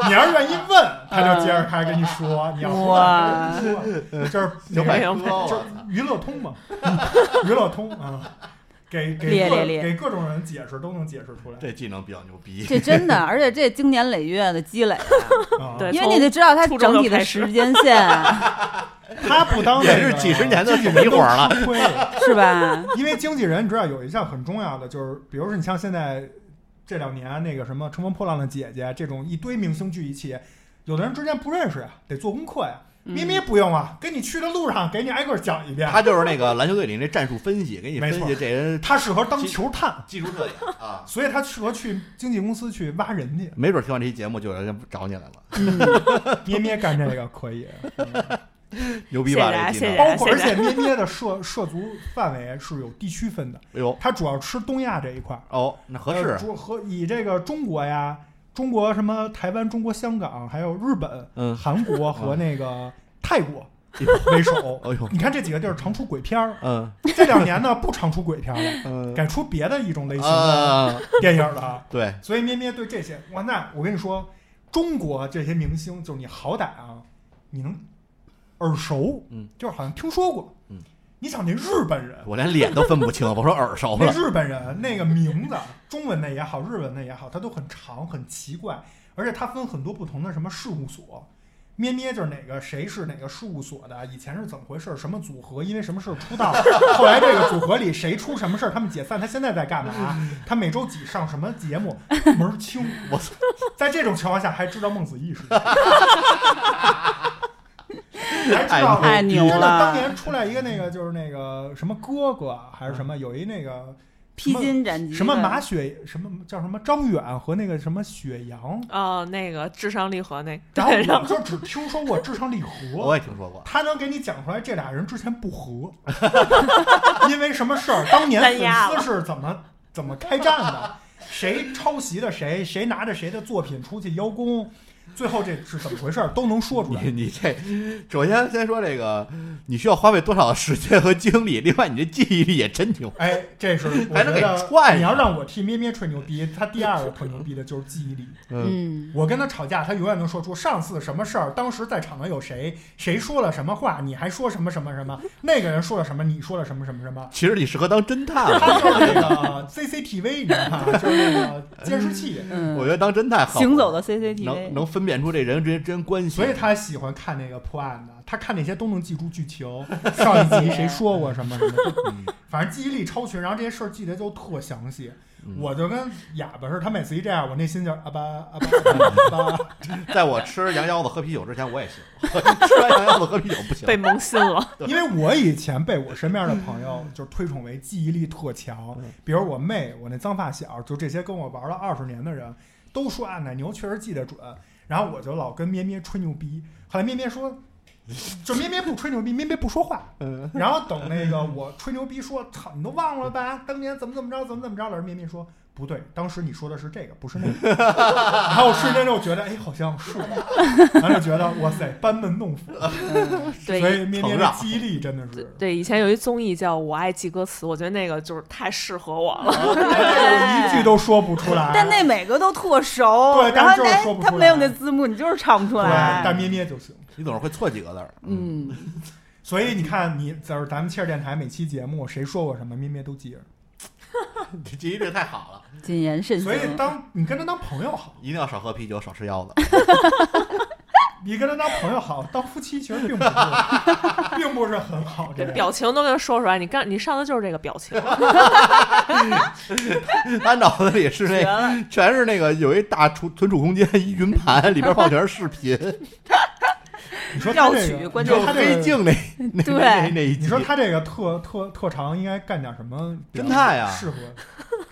你要是愿意问，他就接着开始跟你说，你要不问
哇
他就不说，
[laughs]
就是
牛百
没有
科，我
就是
操
娱乐通嘛， [laughs] 娱乐通啊，给给
列
各
列列
给各种人解释都能解释出来
这技能比较牛逼。
这真的，而且这经年累月的积累啊，
啊。
对
因为你得知道它
初中
整
就
体的
开始
时间线，
他不当
也
那个
是几十年的迷火了。
亏，
是吧？
因为经纪人你知道有一项很重要的就是，比如说你像现在这两年那个什么《乘风破浪的姐姐》这种一堆明星聚一起，有的人之间不认识呀，得做功课呀。咪咪不用啊，跟你去的路上给你挨个讲一遍，
他就是那个篮球队里那战术分析，给你分
没
析
错
这人
他适合当球探，
技术特点啊。 [laughs]
所以他适合去经纪公司去挖人去。
没准听完这期节目就有人找你来了，
咩咩干这个可以，
牛
谢
逼
谢
吧？
大家，
这技
谢
能，
谢啊
包
大家，
括
谢
而
谢大
且
家。
咩咩的涉涉足范围是有地区分的，
哎呦
它主要吃东亚这一块儿，
哦，那合
呃
适，
中和以这个中国呀，中国什么台湾、中国香港，还有日本、
嗯，
韩国和那个泰国
哎
为首。
[laughs] 哎呦，
你看这几个地儿常出鬼片儿，
嗯
这两年呢不常出鬼片儿了，
嗯
改出别的一种类型的
啊，
电影了。
对，
所以咩咩对这些，哇，那我跟你说，中国这些明星，就是你好歹啊，你能耳熟，
嗯，
就是好像听说过，
嗯，
你想那日本人，
我连脸都分不清，我说耳熟
那
了，
日本人那个名字，中文的也好，日文的也好，它都很长很奇怪，而且它分很多不同的什么事务所。咩咩就是哪个谁是哪个事务所的，以前是怎么回事，什么组合，因为什么事儿出道， [laughs] 后来这个组合里谁出什么事儿，他们解散，他现在在干嘛？他每周几上什么节目，门儿清。
我操，
在这种情况下还知道孟子义是谁，还知道
哎
太牛
你知道
了
当年出来一个那个就是那个什么哥哥啊还是什么，有一那个
披荆斩棘的
什么马雪什么叫什么张远和那个什么雪阳，
哦，那个智商励合那，
然后
对，然
我
后
就只听说过智商力
我
和，
也听说过，
他能给你讲出来这俩人之前不
[laughs]
和，因为什么事儿，当年
单压
粉丝是怎么怎么开战的， [laughs] 谁抄袭的谁，谁拿着谁的作品出去邀功，最后这是怎么回事儿都能说出来
你。你这，首先先说这个，你需要花费多少时间和精力？另外，你这记忆力也真牛。
哎，这是我
还
觉
能给
得
踹
你要让我替咩咩吹牛逼，他第二个吹牛逼的就是记忆力。
嗯，
嗯，
我跟他吵架，他永远能说出上次什么事儿，当时在场的有谁，谁说了什么话，你还说什么什么什么，那个人说了什么，你说了什么什么什么。
其实你适合当侦探了，
他就是那个 [laughs] CCTV，你知道吗？就是那个监视
[laughs]
器，
嗯
我觉得当侦探好，
行走的
能
CCTV，
能分辨出这人之间之间关系。
所以他喜欢看那个破案的，他看那些都能记住剧
[laughs]
情，上一集谁说过什么什么的，
嗯
反正记忆力超群，然后这些事儿记得就特详细。
嗯
我就跟哑巴似的，他每次一这样，我内心就是啊吧啊吧啊吧啊吧，
[laughs] 在我吃羊腰子喝啤酒之前，我也行， [laughs] 吃完羊腰子喝啤酒不行
被。萌新
[laughs]
了，
因为我以前被我身边的朋友就是推崇为记忆力特强，比如我妹，我那脏发小，就这些跟我玩了二十年的人，都说啊奶牛确实记得准。然后我就老跟咩咩吹牛逼，后来咩咩说，就咩咩不吹牛逼，咩咩不说话。然后等那个我吹牛逼说，操，你都忘了吧？当年怎么怎么着，怎么怎么着了？咩咩说不对，当时你说的是这个，不是那个。然后我瞬间就觉得，哎，好像是，然后就觉得哇塞，班门弄斧。
对，
所以咩咩
成
的
长
记忆力真的是。
对，以前有一综艺叫《我爱记歌词》，我觉得那个就是太适合我了。
我一句都说不出来。
但那每个都特熟，
啊对
然后
但是就是
哎
说不出
他没有
来
那字幕，你就是唱不出
对，但
来。
咩咩就行。
你总是会错几个字儿。
嗯，
所以你看，你就是咱们切尔电台每期节目，谁说过什么，咩咩都记着。
嗯，这 [laughs] 记忆力太好了，
谨言慎行
所。以当你跟他当朋友好，
一定要少喝啤酒，少吃腰子。
你跟他当朋友好，当夫妻其实并不是，并不是很好。这
这
个
表情都能说出来，你刚你上的就是这个表情，
他脑子里是那
[laughs]
绝
个，
了，
全是那个有一大储存储空间，一云盘里边放全是视
[laughs]
频，
你说他
调
这
取
个，
关
你
键
说
就
他
黑
这个，
镜那那
对
那那一集
你说他这个特特特长应该干点什么比较
侦探呀
适合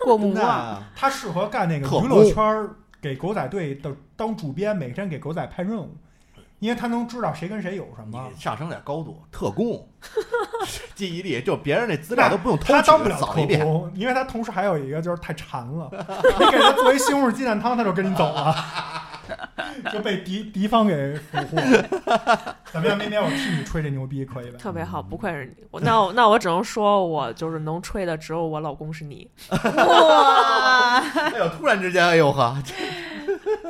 过目
侦
不
探
忘。
啊，
他适合干那个
特
娱
工
乐圈儿给狗仔队的当主编，每天给狗仔派任务，因为他能知道谁跟谁有什么。
你上升点高度，特工，记忆力就别人那资料都不用偷
他当不
取
了，
扫一
特
遍。
工，因为他同时还有一个就是太馋了， [laughs] 你给他做一西红柿鸡蛋汤，他就跟你走了， [laughs] 就被敌敌方给俘获了。怎么样，明天我替你吹这牛逼可以吧？
特别好，不愧是你。我那我那我只能说，我就是能吹的只有我老公是你，
哇，
哎呦，突然之间，哎呦呵，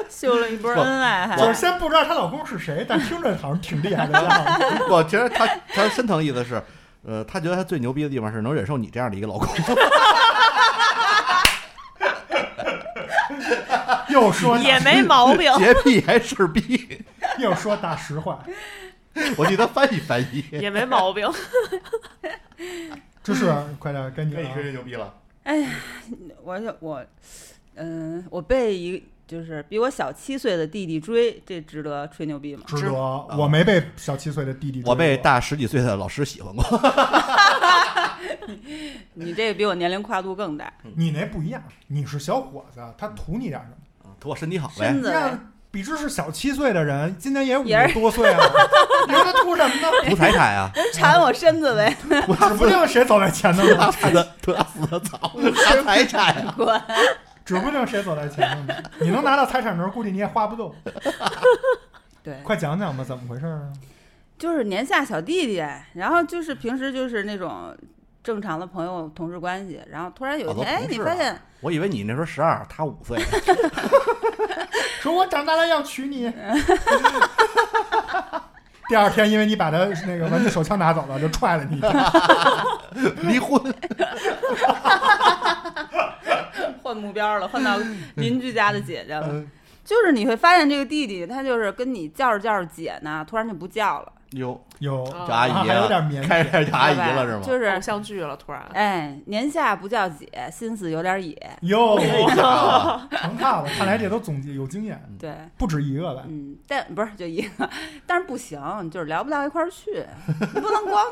秀了一波恩爱，还
就是先不知道她老公是谁，但听着好像挺厉害的样子。
我觉得他他深层意思是，呃，他觉得他最牛逼的地方是能忍受你这样的一个老公。
又说
也没毛病。
[laughs]
洁癖还是逼，
又说大实话，
我替他翻译翻译。
也没
[laughs]
毛病。
芝士，快点该你啊
那
了
你吹。吹牛逼了，
[laughs] 我就我，嗯、我被一就是比我小七岁的弟弟追，这值得吹牛逼吗？ [laughs]
值得，我没被小七岁的弟弟追过，
嗯我被大十几岁的老师喜欢过。
你这个比我年龄跨度 [laughs] 更大，
你那不一样，你是小伙子，他图你点什么？
图我身体好呗
身。子
那
呗
比芝士小七岁的人，今年也五
也
十
是
多
[laughs]
岁了，你说他图什么呢？
[laughs] 图财产啊，
缠我身子呗，
他指不定谁走在前头
[laughs]
呢，
死的图他死的早，啥财产呀？
滚！
指不定谁走在前头呢。你能拿到财产证，估计你也花不
[laughs]
动。
对，
快讲讲吧，怎么回事啊？
[laughs] 就是年下小弟弟，然后就是平时就是那种正常的朋友同事关系，然后突然有
啊
一
哦都
天，哎，
同
你
事
发
了
现
我以为你那时候十二，他五岁。
说我长大了要娶
[laughs]
你。第二天，因为你把他那个玩具手枪拿走了，就踹了你一下。
离婚，
换目标了，
[laughs]
换到邻居家的姐姐
嗯
了。就是你会发现这个弟弟，他就是跟你叫着叫着姐呢，突然就不叫了，
哟，
有
啊
叫阿姨
还有点
啊，
腼
开
腆。
始叫阿姨
对吧
了是吗？
就是
偶像剧了，突然。
哎，年下不叫姐，心思有点野。
哟，
哎呀
成套了，看来这都总结有经验，
对，
不止一个吧？
嗯，但不是就一个， [laughs] 但是不行，就是聊不到一块儿去，你不能
[laughs]
光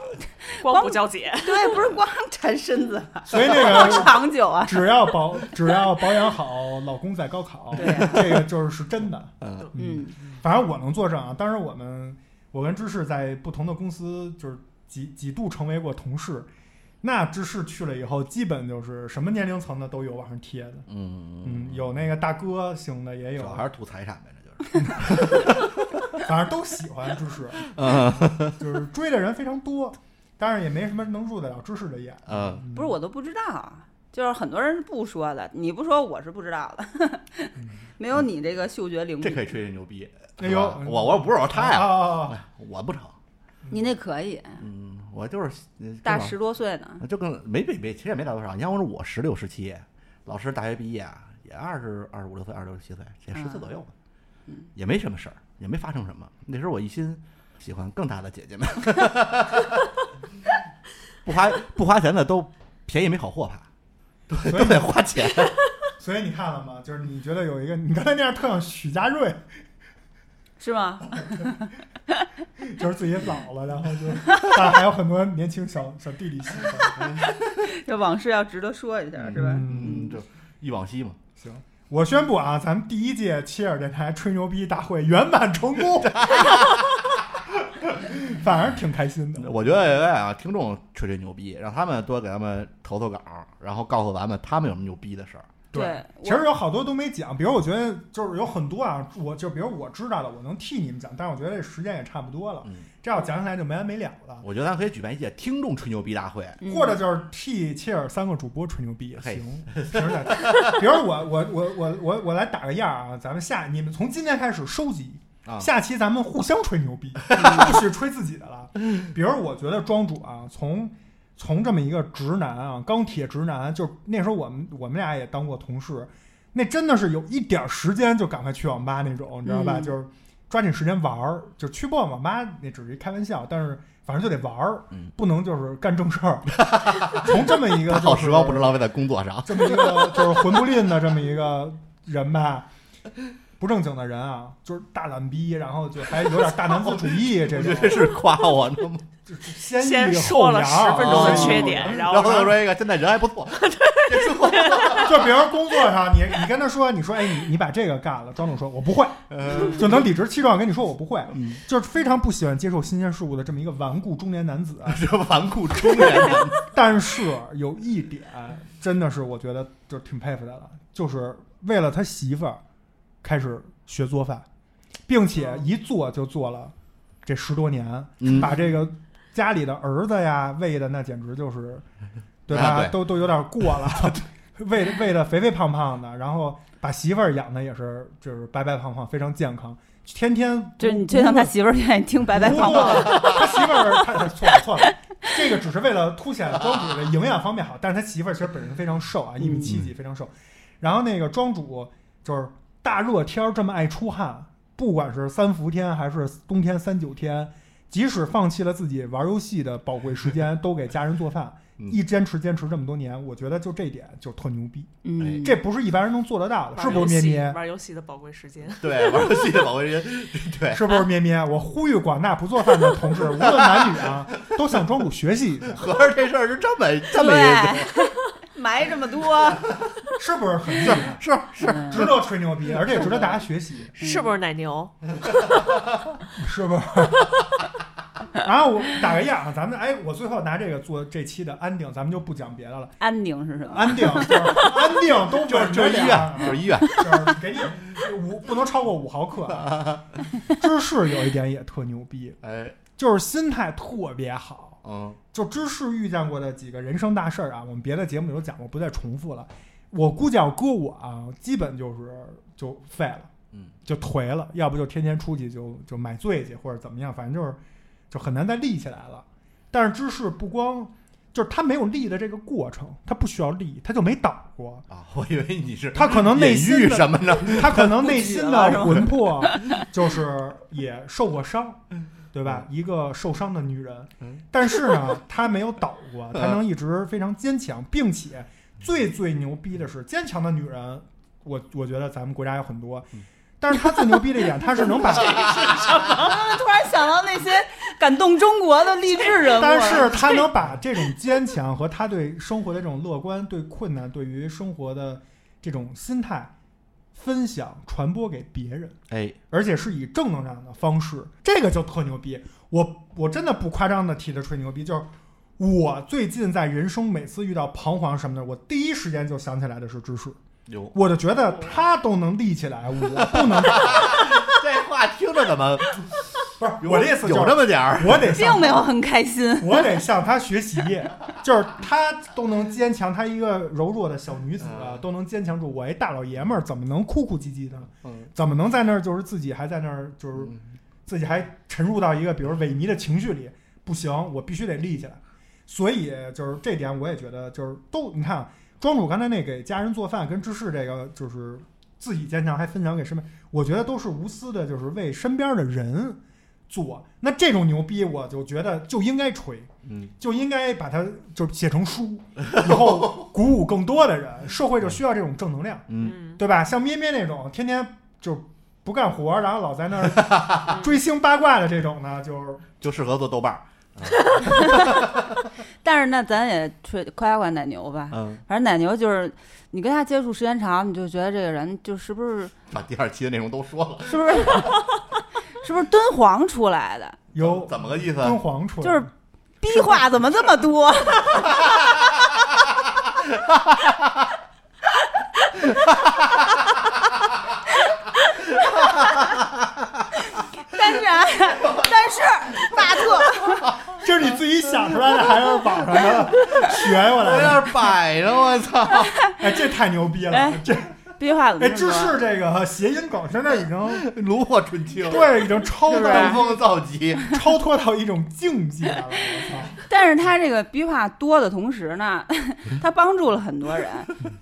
光不叫姐，
对，不是光缠身子，
所以那
[laughs] 光
个
长
[laughs]
久啊。
只要保只要保养好，老公在高考，
对啊
这个就是是真的。
嗯，
嗯，
反正我能作证啊。当时我们我跟芝士在不同的公司，就是几几度成为过同事。那芝士去了以后，基本就是什么年龄层的都有往上贴的，
嗯
嗯，有那个大哥型的也
主
有，
要还是图财产呗，那就是。
反正都喜欢芝
[laughs]
士，就是追的人非常多，但是也没什么能入得了芝士的眼。
嗯，
不是我都不知道啊，就是很多人是不说的，你不说我是不知道的， [laughs] 没有你这个嗅觉灵
嗯这可以
敏，
吹吹牛逼。
哎
是
呦
吧我我不是我他
啊
呀，
啊啊啊！
我不成。
你那可以，
嗯，我就是呃
大
正好
十多岁呢，
就跟没没没，其实也没大多少。你像我是我十六十七，老师大学毕业啊，也二十二十五六岁，二十六七岁，也十岁左右吧，也没什么事儿，也没发生什么。那时候我一心喜欢更大的姐姐们，不花不花钱的都便宜没好货怕，对，
所以
都得花钱。
所以你看了吗？就是你觉得有一个，你刚才那样特像许家瑞，
是吗？ [laughs]
就是自己老了，然后就，但还有很多年轻小小弟弟喜欢。
这往事要值得说一下，是吧？
嗯，就忆往昔嘛，
行，我宣布啊，咱们第一届切尔电台吹牛逼大会圆满成功，
[laughs]
反正挺开心的。
我觉得啊，听众吹吹牛逼，让他们多给咱们投投稿，然后告诉咱们他们有什么牛逼的事儿。
对
其实有好多都没讲，比如我觉得就是有很多啊，我就比如我知道的，我能替你们讲，但是我觉得这时间也差不多了，
嗯
这要讲起来就没完没了了。
我觉得咱可以举办一届听众吹牛逼大会，啊
嗯
或者就是替切尔三个主播吹牛逼也
嘿
行，其实在， [laughs] 比如我我我我我我来打个样啊，咱们下你们从今天开始收集，
啊
下期咱们互相吹牛
[laughs]
逼，不许吹自己的了。比如我觉得庄主啊，从从这么一个直男啊，钢铁直男，就那时候我们我们俩也当过同事，那真的是有一点儿时间就赶快去网吧那种，你知道吧？
嗯
就是抓紧时间玩儿，就去不了网吧那只是一开玩笑，但是反正就得玩儿，
嗯
不能就是干正事
[laughs]
儿。从这么一个、
大
就是、
好时光不能浪费在工
[laughs]
作上。
这么一个就是混不吝的这么一个人吧，不正经的人啊，就是大懒逼，然后就还有点大男子主义这
[laughs] 我
种
觉得，是夸我呢吗？
先抑
先
后
说了
扬啊
十分钟的缺点，然
啊然后他
后
说一个现在人还不错，结束。
就比如工作上，你你跟他说，你说哎，你你把这个干了，庄主说我不会，就能理直气壮地跟你说我不会，
呃嗯
就是非常不喜欢接受新鲜事物的这么一个顽固中年男子啊。
这纨绔中年
[laughs]
男子，
但是有一点真的是我觉得就挺佩服他的，就是为了他媳妇儿开始学做饭，并且一做就做了这十多年，
嗯
把这个家里的儿子呀喂的那简直就是，对吧？
啊对
都都有点过
[laughs]
了，喂的喂的肥肥胖胖的，然后把媳妇儿养的也是就是白白胖胖，非常健康，天天
就你就像他媳妇儿愿意听白白胖胖，
不过他媳妇儿他他错了错了，这个只是为了凸显庄主的营养方面好，但是他媳妇儿其实本身非常瘦啊，一米七几非常瘦。然后那个庄主就是大热天儿这么爱出汗，不管是三伏天还是冬天三九天，即使放弃了自己玩游戏的宝贵时间，都给家人做饭，一坚持坚持这么多年，我觉得就这点就特牛逼，
嗯，
这不是一般人能做得到的，是
玩
不
游
是咩
戏
咩？嗯
玩游戏的宝贵时间，
[laughs] 对，玩游戏的宝贵人，对，
是不是咩咩？我呼吁广大不做饭的同志，无论男女啊，都向庄主学习一下，
合着这事儿是这么这么一个，
对，埋这么多，
是不是很厉害？是
嗯
值得吹牛逼，而且值得大家学习，
是不是奶牛？
是不是？ [laughs] 然后我打个样啊，咱们哎，我最后拿这个做这期的安定，咱们就不讲别的了。
安宁是什么？
安定就是安定都
就是
就
就是是医
啊
院，就是医院，
就是给你五不能超过五毫克。 [laughs] 芝士有一点也特牛逼，
哎，
就是心态特别好。
嗯，
就芝士遇见过的几个人生大事儿啊，我们别的节目有讲过，不再重复了。我估计要搁我啊，基本就是就废了，
嗯，
就颓了，要不就天天出去就就买醉去，或者怎么样，反正就是就很难再立起来了。但是芝士不光就是他没有立的这个过程，他不需要立，他就没倒过，
啊，我以为你是
他可能内
隐
心
喻
的
什么
[laughs]
呢？
他可能内心的魂魄就是也受过伤，对吧？一个受伤的女人
嗯，
但是呢，她没有倒过，她能一直非常坚强，并且最最牛逼的是，坚强的女人，我我觉得咱们国家有很多
嗯，
但是她最牛逼的一点，她是能把，
我啊突然想到那些感动中国的励志人物，
但是她能把这种坚强和她对生活的这种乐观、对困难、对于生活的这种心态分享、传播给别人。
哎，
而且是以正能量的方式，这个就特牛逼。我我真的不夸张的替他吹牛逼，就是我最近在人生每次遇到彷徨什么的，我第一时间就想起来的是知识，
有
我就觉得他都能立起来，我不能。
这话听着怎么
不是
有
我的意思就
有
是
这，么点儿？
我得向
并没有很开心。
我得向他学习，就是他都能坚强，他一个柔弱的小女子啊
嗯
都能坚强住，我一大老爷们儿怎么能哭哭唧唧的
嗯？
怎么能在那儿就是自己还在那儿就是
嗯
自己还沉入到一个比如萎靡的情绪里？不行，我必须得立起来。所以就是这点，我也觉得就是都你看啊庄主刚才那给家人做饭跟芝士这个就是自己坚强还分享给身边，我觉得都是无私的，就是为身边的人做。那这种牛逼，我就觉得就应该吹。
嗯，
就应该把它就是写成书， [laughs] 以后鼓舞更多的人。社会就需要这种正能量，
嗯，
嗯，
对吧？像咩咩那种天天就不干活，然后老在那儿 [laughs] 追星八卦的这种呢，就是
就适合做豆瓣儿。
但是那咱也吹夸夸奶牛吧，
嗯，
反正奶牛就是你跟他接触时间长，你就觉得这个人就是不是
把第二期的内容都说了，
是不是 [laughs] 是不是敦煌出来的？
有
怎么个意思？
敦煌出来，
就是逼话怎么这么多？ [laughs] 但是啊，但是巴特，
这是你自己想出来的，还是网上的
[laughs]
学过
我
来的？
要是摆着，我操！
哎，这太牛逼了！
哎
这
逼话怎么
哎，
这
芝
么多？
士这个谐音梗现在已经
炉火纯青，
对已经超
是不
到
是
登峰造极。
超脱到一种境界了，我操！
但是他这个逼话多的同时呢，
嗯
[laughs] 他帮助了很多人，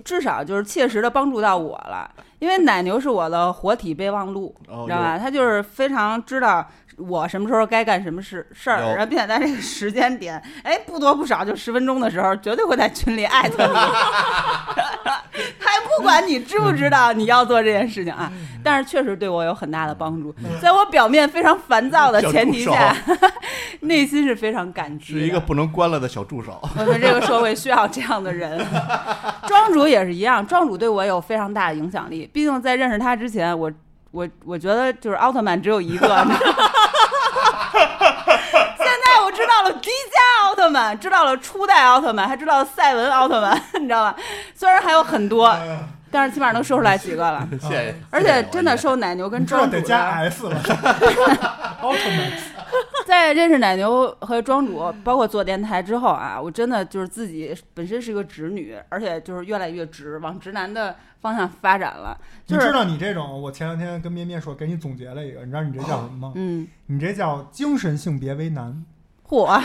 至少就是切实的帮助到我了。因为奶牛是我的活体备忘录，
哦
你知道吧？他就是非常知道我什么时候该干什么事事儿，
有
然后并且在这个时间点，哎，不多不少就十分钟的时候，绝对会在群里艾特你， [laughs] 还不管你知不知道你要做这件事情啊。
嗯
但是确实对我有很大的帮助，在我表面非常烦躁的
小
前
助
提
嗯手
下，内心是非常感激的。
是一个不能关了的小助手。
我们这个社会需要这样
[laughs]
的人。庄主也是一样，庄主对我有非常大的影响力。毕竟在认识他之前，我我我觉得就是奥特曼只有一个。你知道吗 [laughs] 现在我知道了迪迦奥特曼，知道了初代奥特曼，还知道了赛文奥特曼， [laughs] 你知道吧？虽然还有很多，但是起码能说出来几个了。
嗯
谢谢。
而
谢谢啊嗯
且
我
真的
爷
受奶牛跟
你知道
庄主
得
的
加 S 了，奥特曼。
[laughs] 在认识奶牛和庄主，包括做电台之后啊，我真的就是自己本身是一个直女，而且就是越来越直，往直男的方向发展了。
你
就是
知道你这种，我前两天跟咩咩说，给你总结
哦
了一个，你知道你这叫什么吗？
嗯，啊
你这叫精神性别为难。
嚯，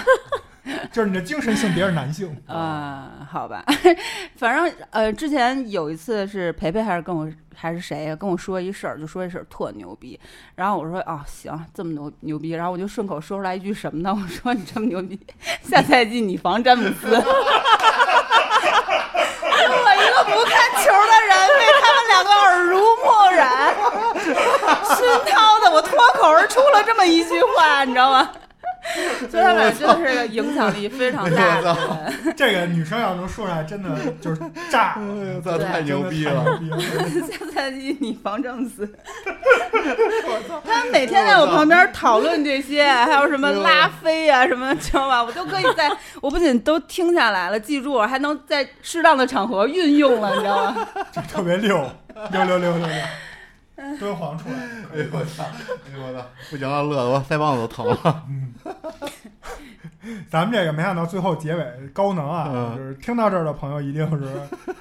就是你的精神性别是男性，
啊，好吧， [laughs] 反正呃，之前有一次是培培还是跟我还是谁啊呀跟我说一事儿，就说一事儿特牛逼，然后我说啊、行，这么牛牛逼，然后我就顺口说出来一句什么呢？我说你这么牛逼， [laughs] 下赛季你防詹姆斯。就我一个不看球的人被他们两个耳濡目染，熏陶的我脱口而出了这么一句话，你知道吗？所以他们俩真的是影响力非常大的
啊
人。
[laughs] 这个女生要能说出来，真的就是
[laughs]
炸
嗯
了，
这哎
啊
太牛逼
真的
了！
太牛逼了。
下赛季你防詹死。他们每天在我旁边讨论这
[laughs]
些，还有什么拉菲啊什么，知道吧？我都可以
[laughs]
在，我不仅都听下来了，记住，我还能在适当的场合运用了，你知道
[laughs]
吗？
就特别
[laughs]
溜，溜溜溜溜溜，敦煌出来。
哎呦我操！哎呦我操！不行了，乐得我腮帮子都疼了。
咱们这个没想到最后结尾高能啊，
嗯
就是听到这儿的朋友一定
[laughs]
是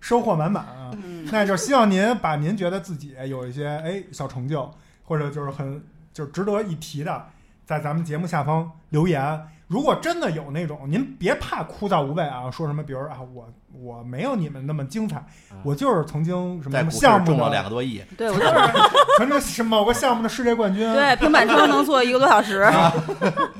收获满满啊。那就希望您把您觉得自己有一些哎小成就，或者就是很就是值得一提的，在咱们节目下方留言。如果真的有那种，您别怕枯燥无味
嗯
啊，说什么，比如啊，我我没有你们那么精彩，我就是曾经什么
在
什么
股市
嗯项目
中了
的
两
[laughs]
个多亿，
对，我就是
曾经是某个项目的世界冠军，啊
对平板车能坐一个多
[laughs]
小时，
啊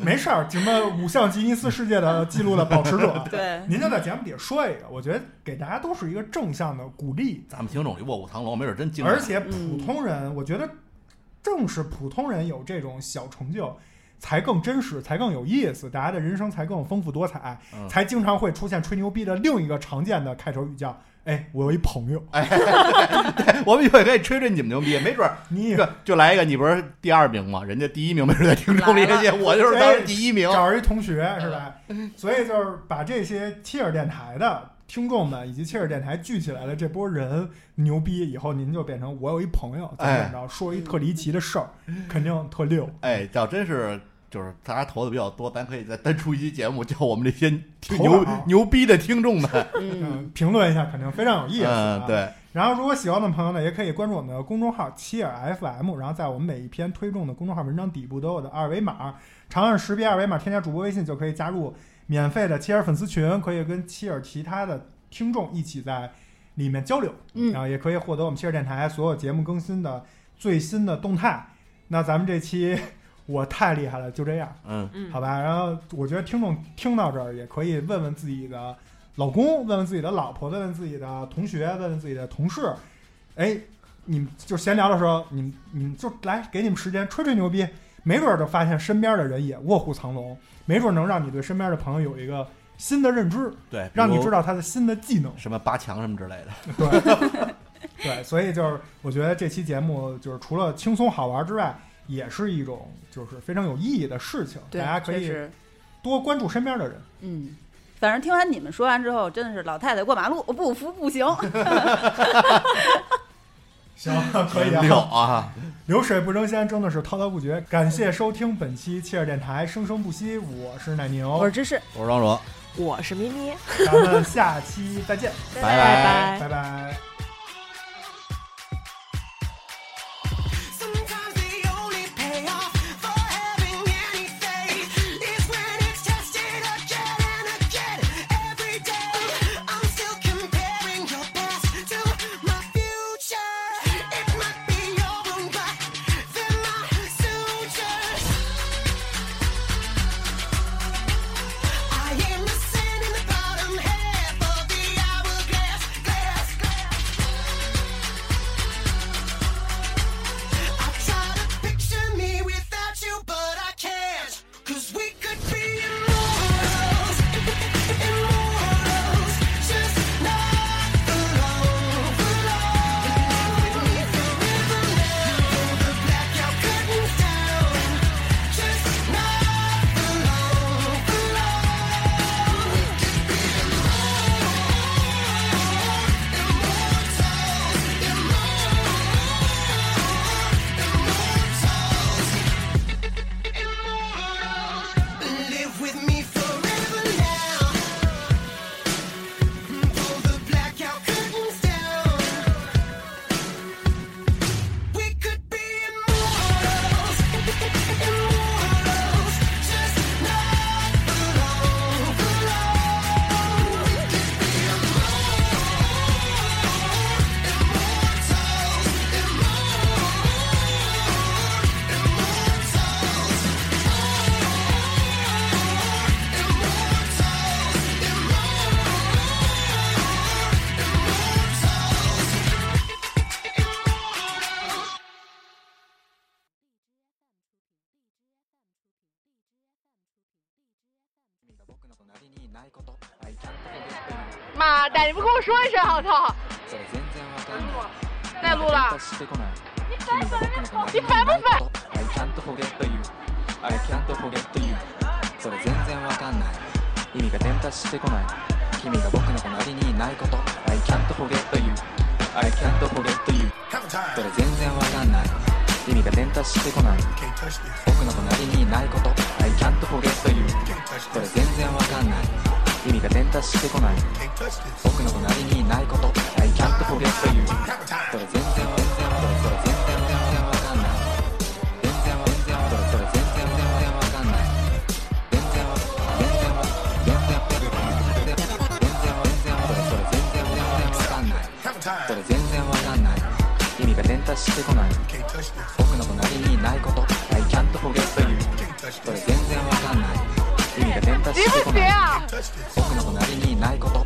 没事儿，什么五项吉尼斯世界的纪录的保持者，
对，
您就在节目底下说一个，我觉得给大家都是一个正向的鼓励，
咱们听众里卧虎藏龙，没准真惊。
而且普通人，我觉得正是普通人有这种小成就。才更真实，才更有意思，大家的人生才更丰富多彩，
嗯
才经常会出现吹牛逼的另一个常见的开头语叫：“哎，我有一朋友。
我们以后也可以吹吹你们牛逼，没准儿”
你 [laughs]
这就来一个，你不是第二名吗？人家第一名没准在听众里，
来了
人家我就是当时第一名。
找着一同学是吧？所以就是把这些切尔电台的听众们以及切尔电台聚起来的这波人牛逼，以后您就变成我有一朋友怎么怎么着，说一特离奇的事儿，肯定特溜。
哎，要真是就是大家投的比较多，咱可以再单出一期节目，叫我们这些听
投
牛
稿
牛逼的听众们。
嗯，
嗯，评论一下肯定非常有意思、啊。
嗯，。对，
然后，如果喜欢的朋友呢，也可以关注我们的公众号“切尔 FM”，然后在我们每一篇推送的公众号文章底部都有的二维码，长按识别二维码添加主播微信就可以加入免费的切尔粉丝群，可以跟切尔其他的听众一起在里面交流，
嗯
然后也可以获得我们切尔电台所有节目更新的最新的动态。那咱们这期我太厉害了，就这样。
嗯，
嗯
好吧，然后我觉得听众听到这儿也可以问问自己的老公，问问自己的老婆，问问自己的同学，问问自己的同事，哎，你们就闲聊的时候，你们你们就来给你们时间吹吹牛逼，没准儿就发现身边的人也卧虎藏龙，没准儿能让你对身边的朋友有一个新的认知，
对，
让你知
道
道他的新的技能。
什么八强什么之类的。
对，对，所以就是我觉得这期节目就是除了轻松好玩之外，也是一种就是非常有意义的事情，大
对，
家可以
确实
多关注身边的人。
嗯。反正听完你们说完之后，真的是老太太过马路，我不服
[laughs]
不行。
行， [laughs] 可以
六
啊。
啊，
流水不争先，真的是滔滔不绝。感谢收听本期切尔电台，生生不息。我是奶牛
我是，芝士，
我是庄主，
我是咪咪，
咱们下期再见，
拜
拜拜
拜拜。
Sometimes the only payoff for having any faith is when it's tested again and again every day. I'm still comparing your past to my future. It might be your own back, then my sutures. I am the sand in the bottom half of the hourglass, glass, glass.
妈蛋，你不跟我说一声好不好？再录了，你烦不烦？你不行啊！
Touch this.
ないこと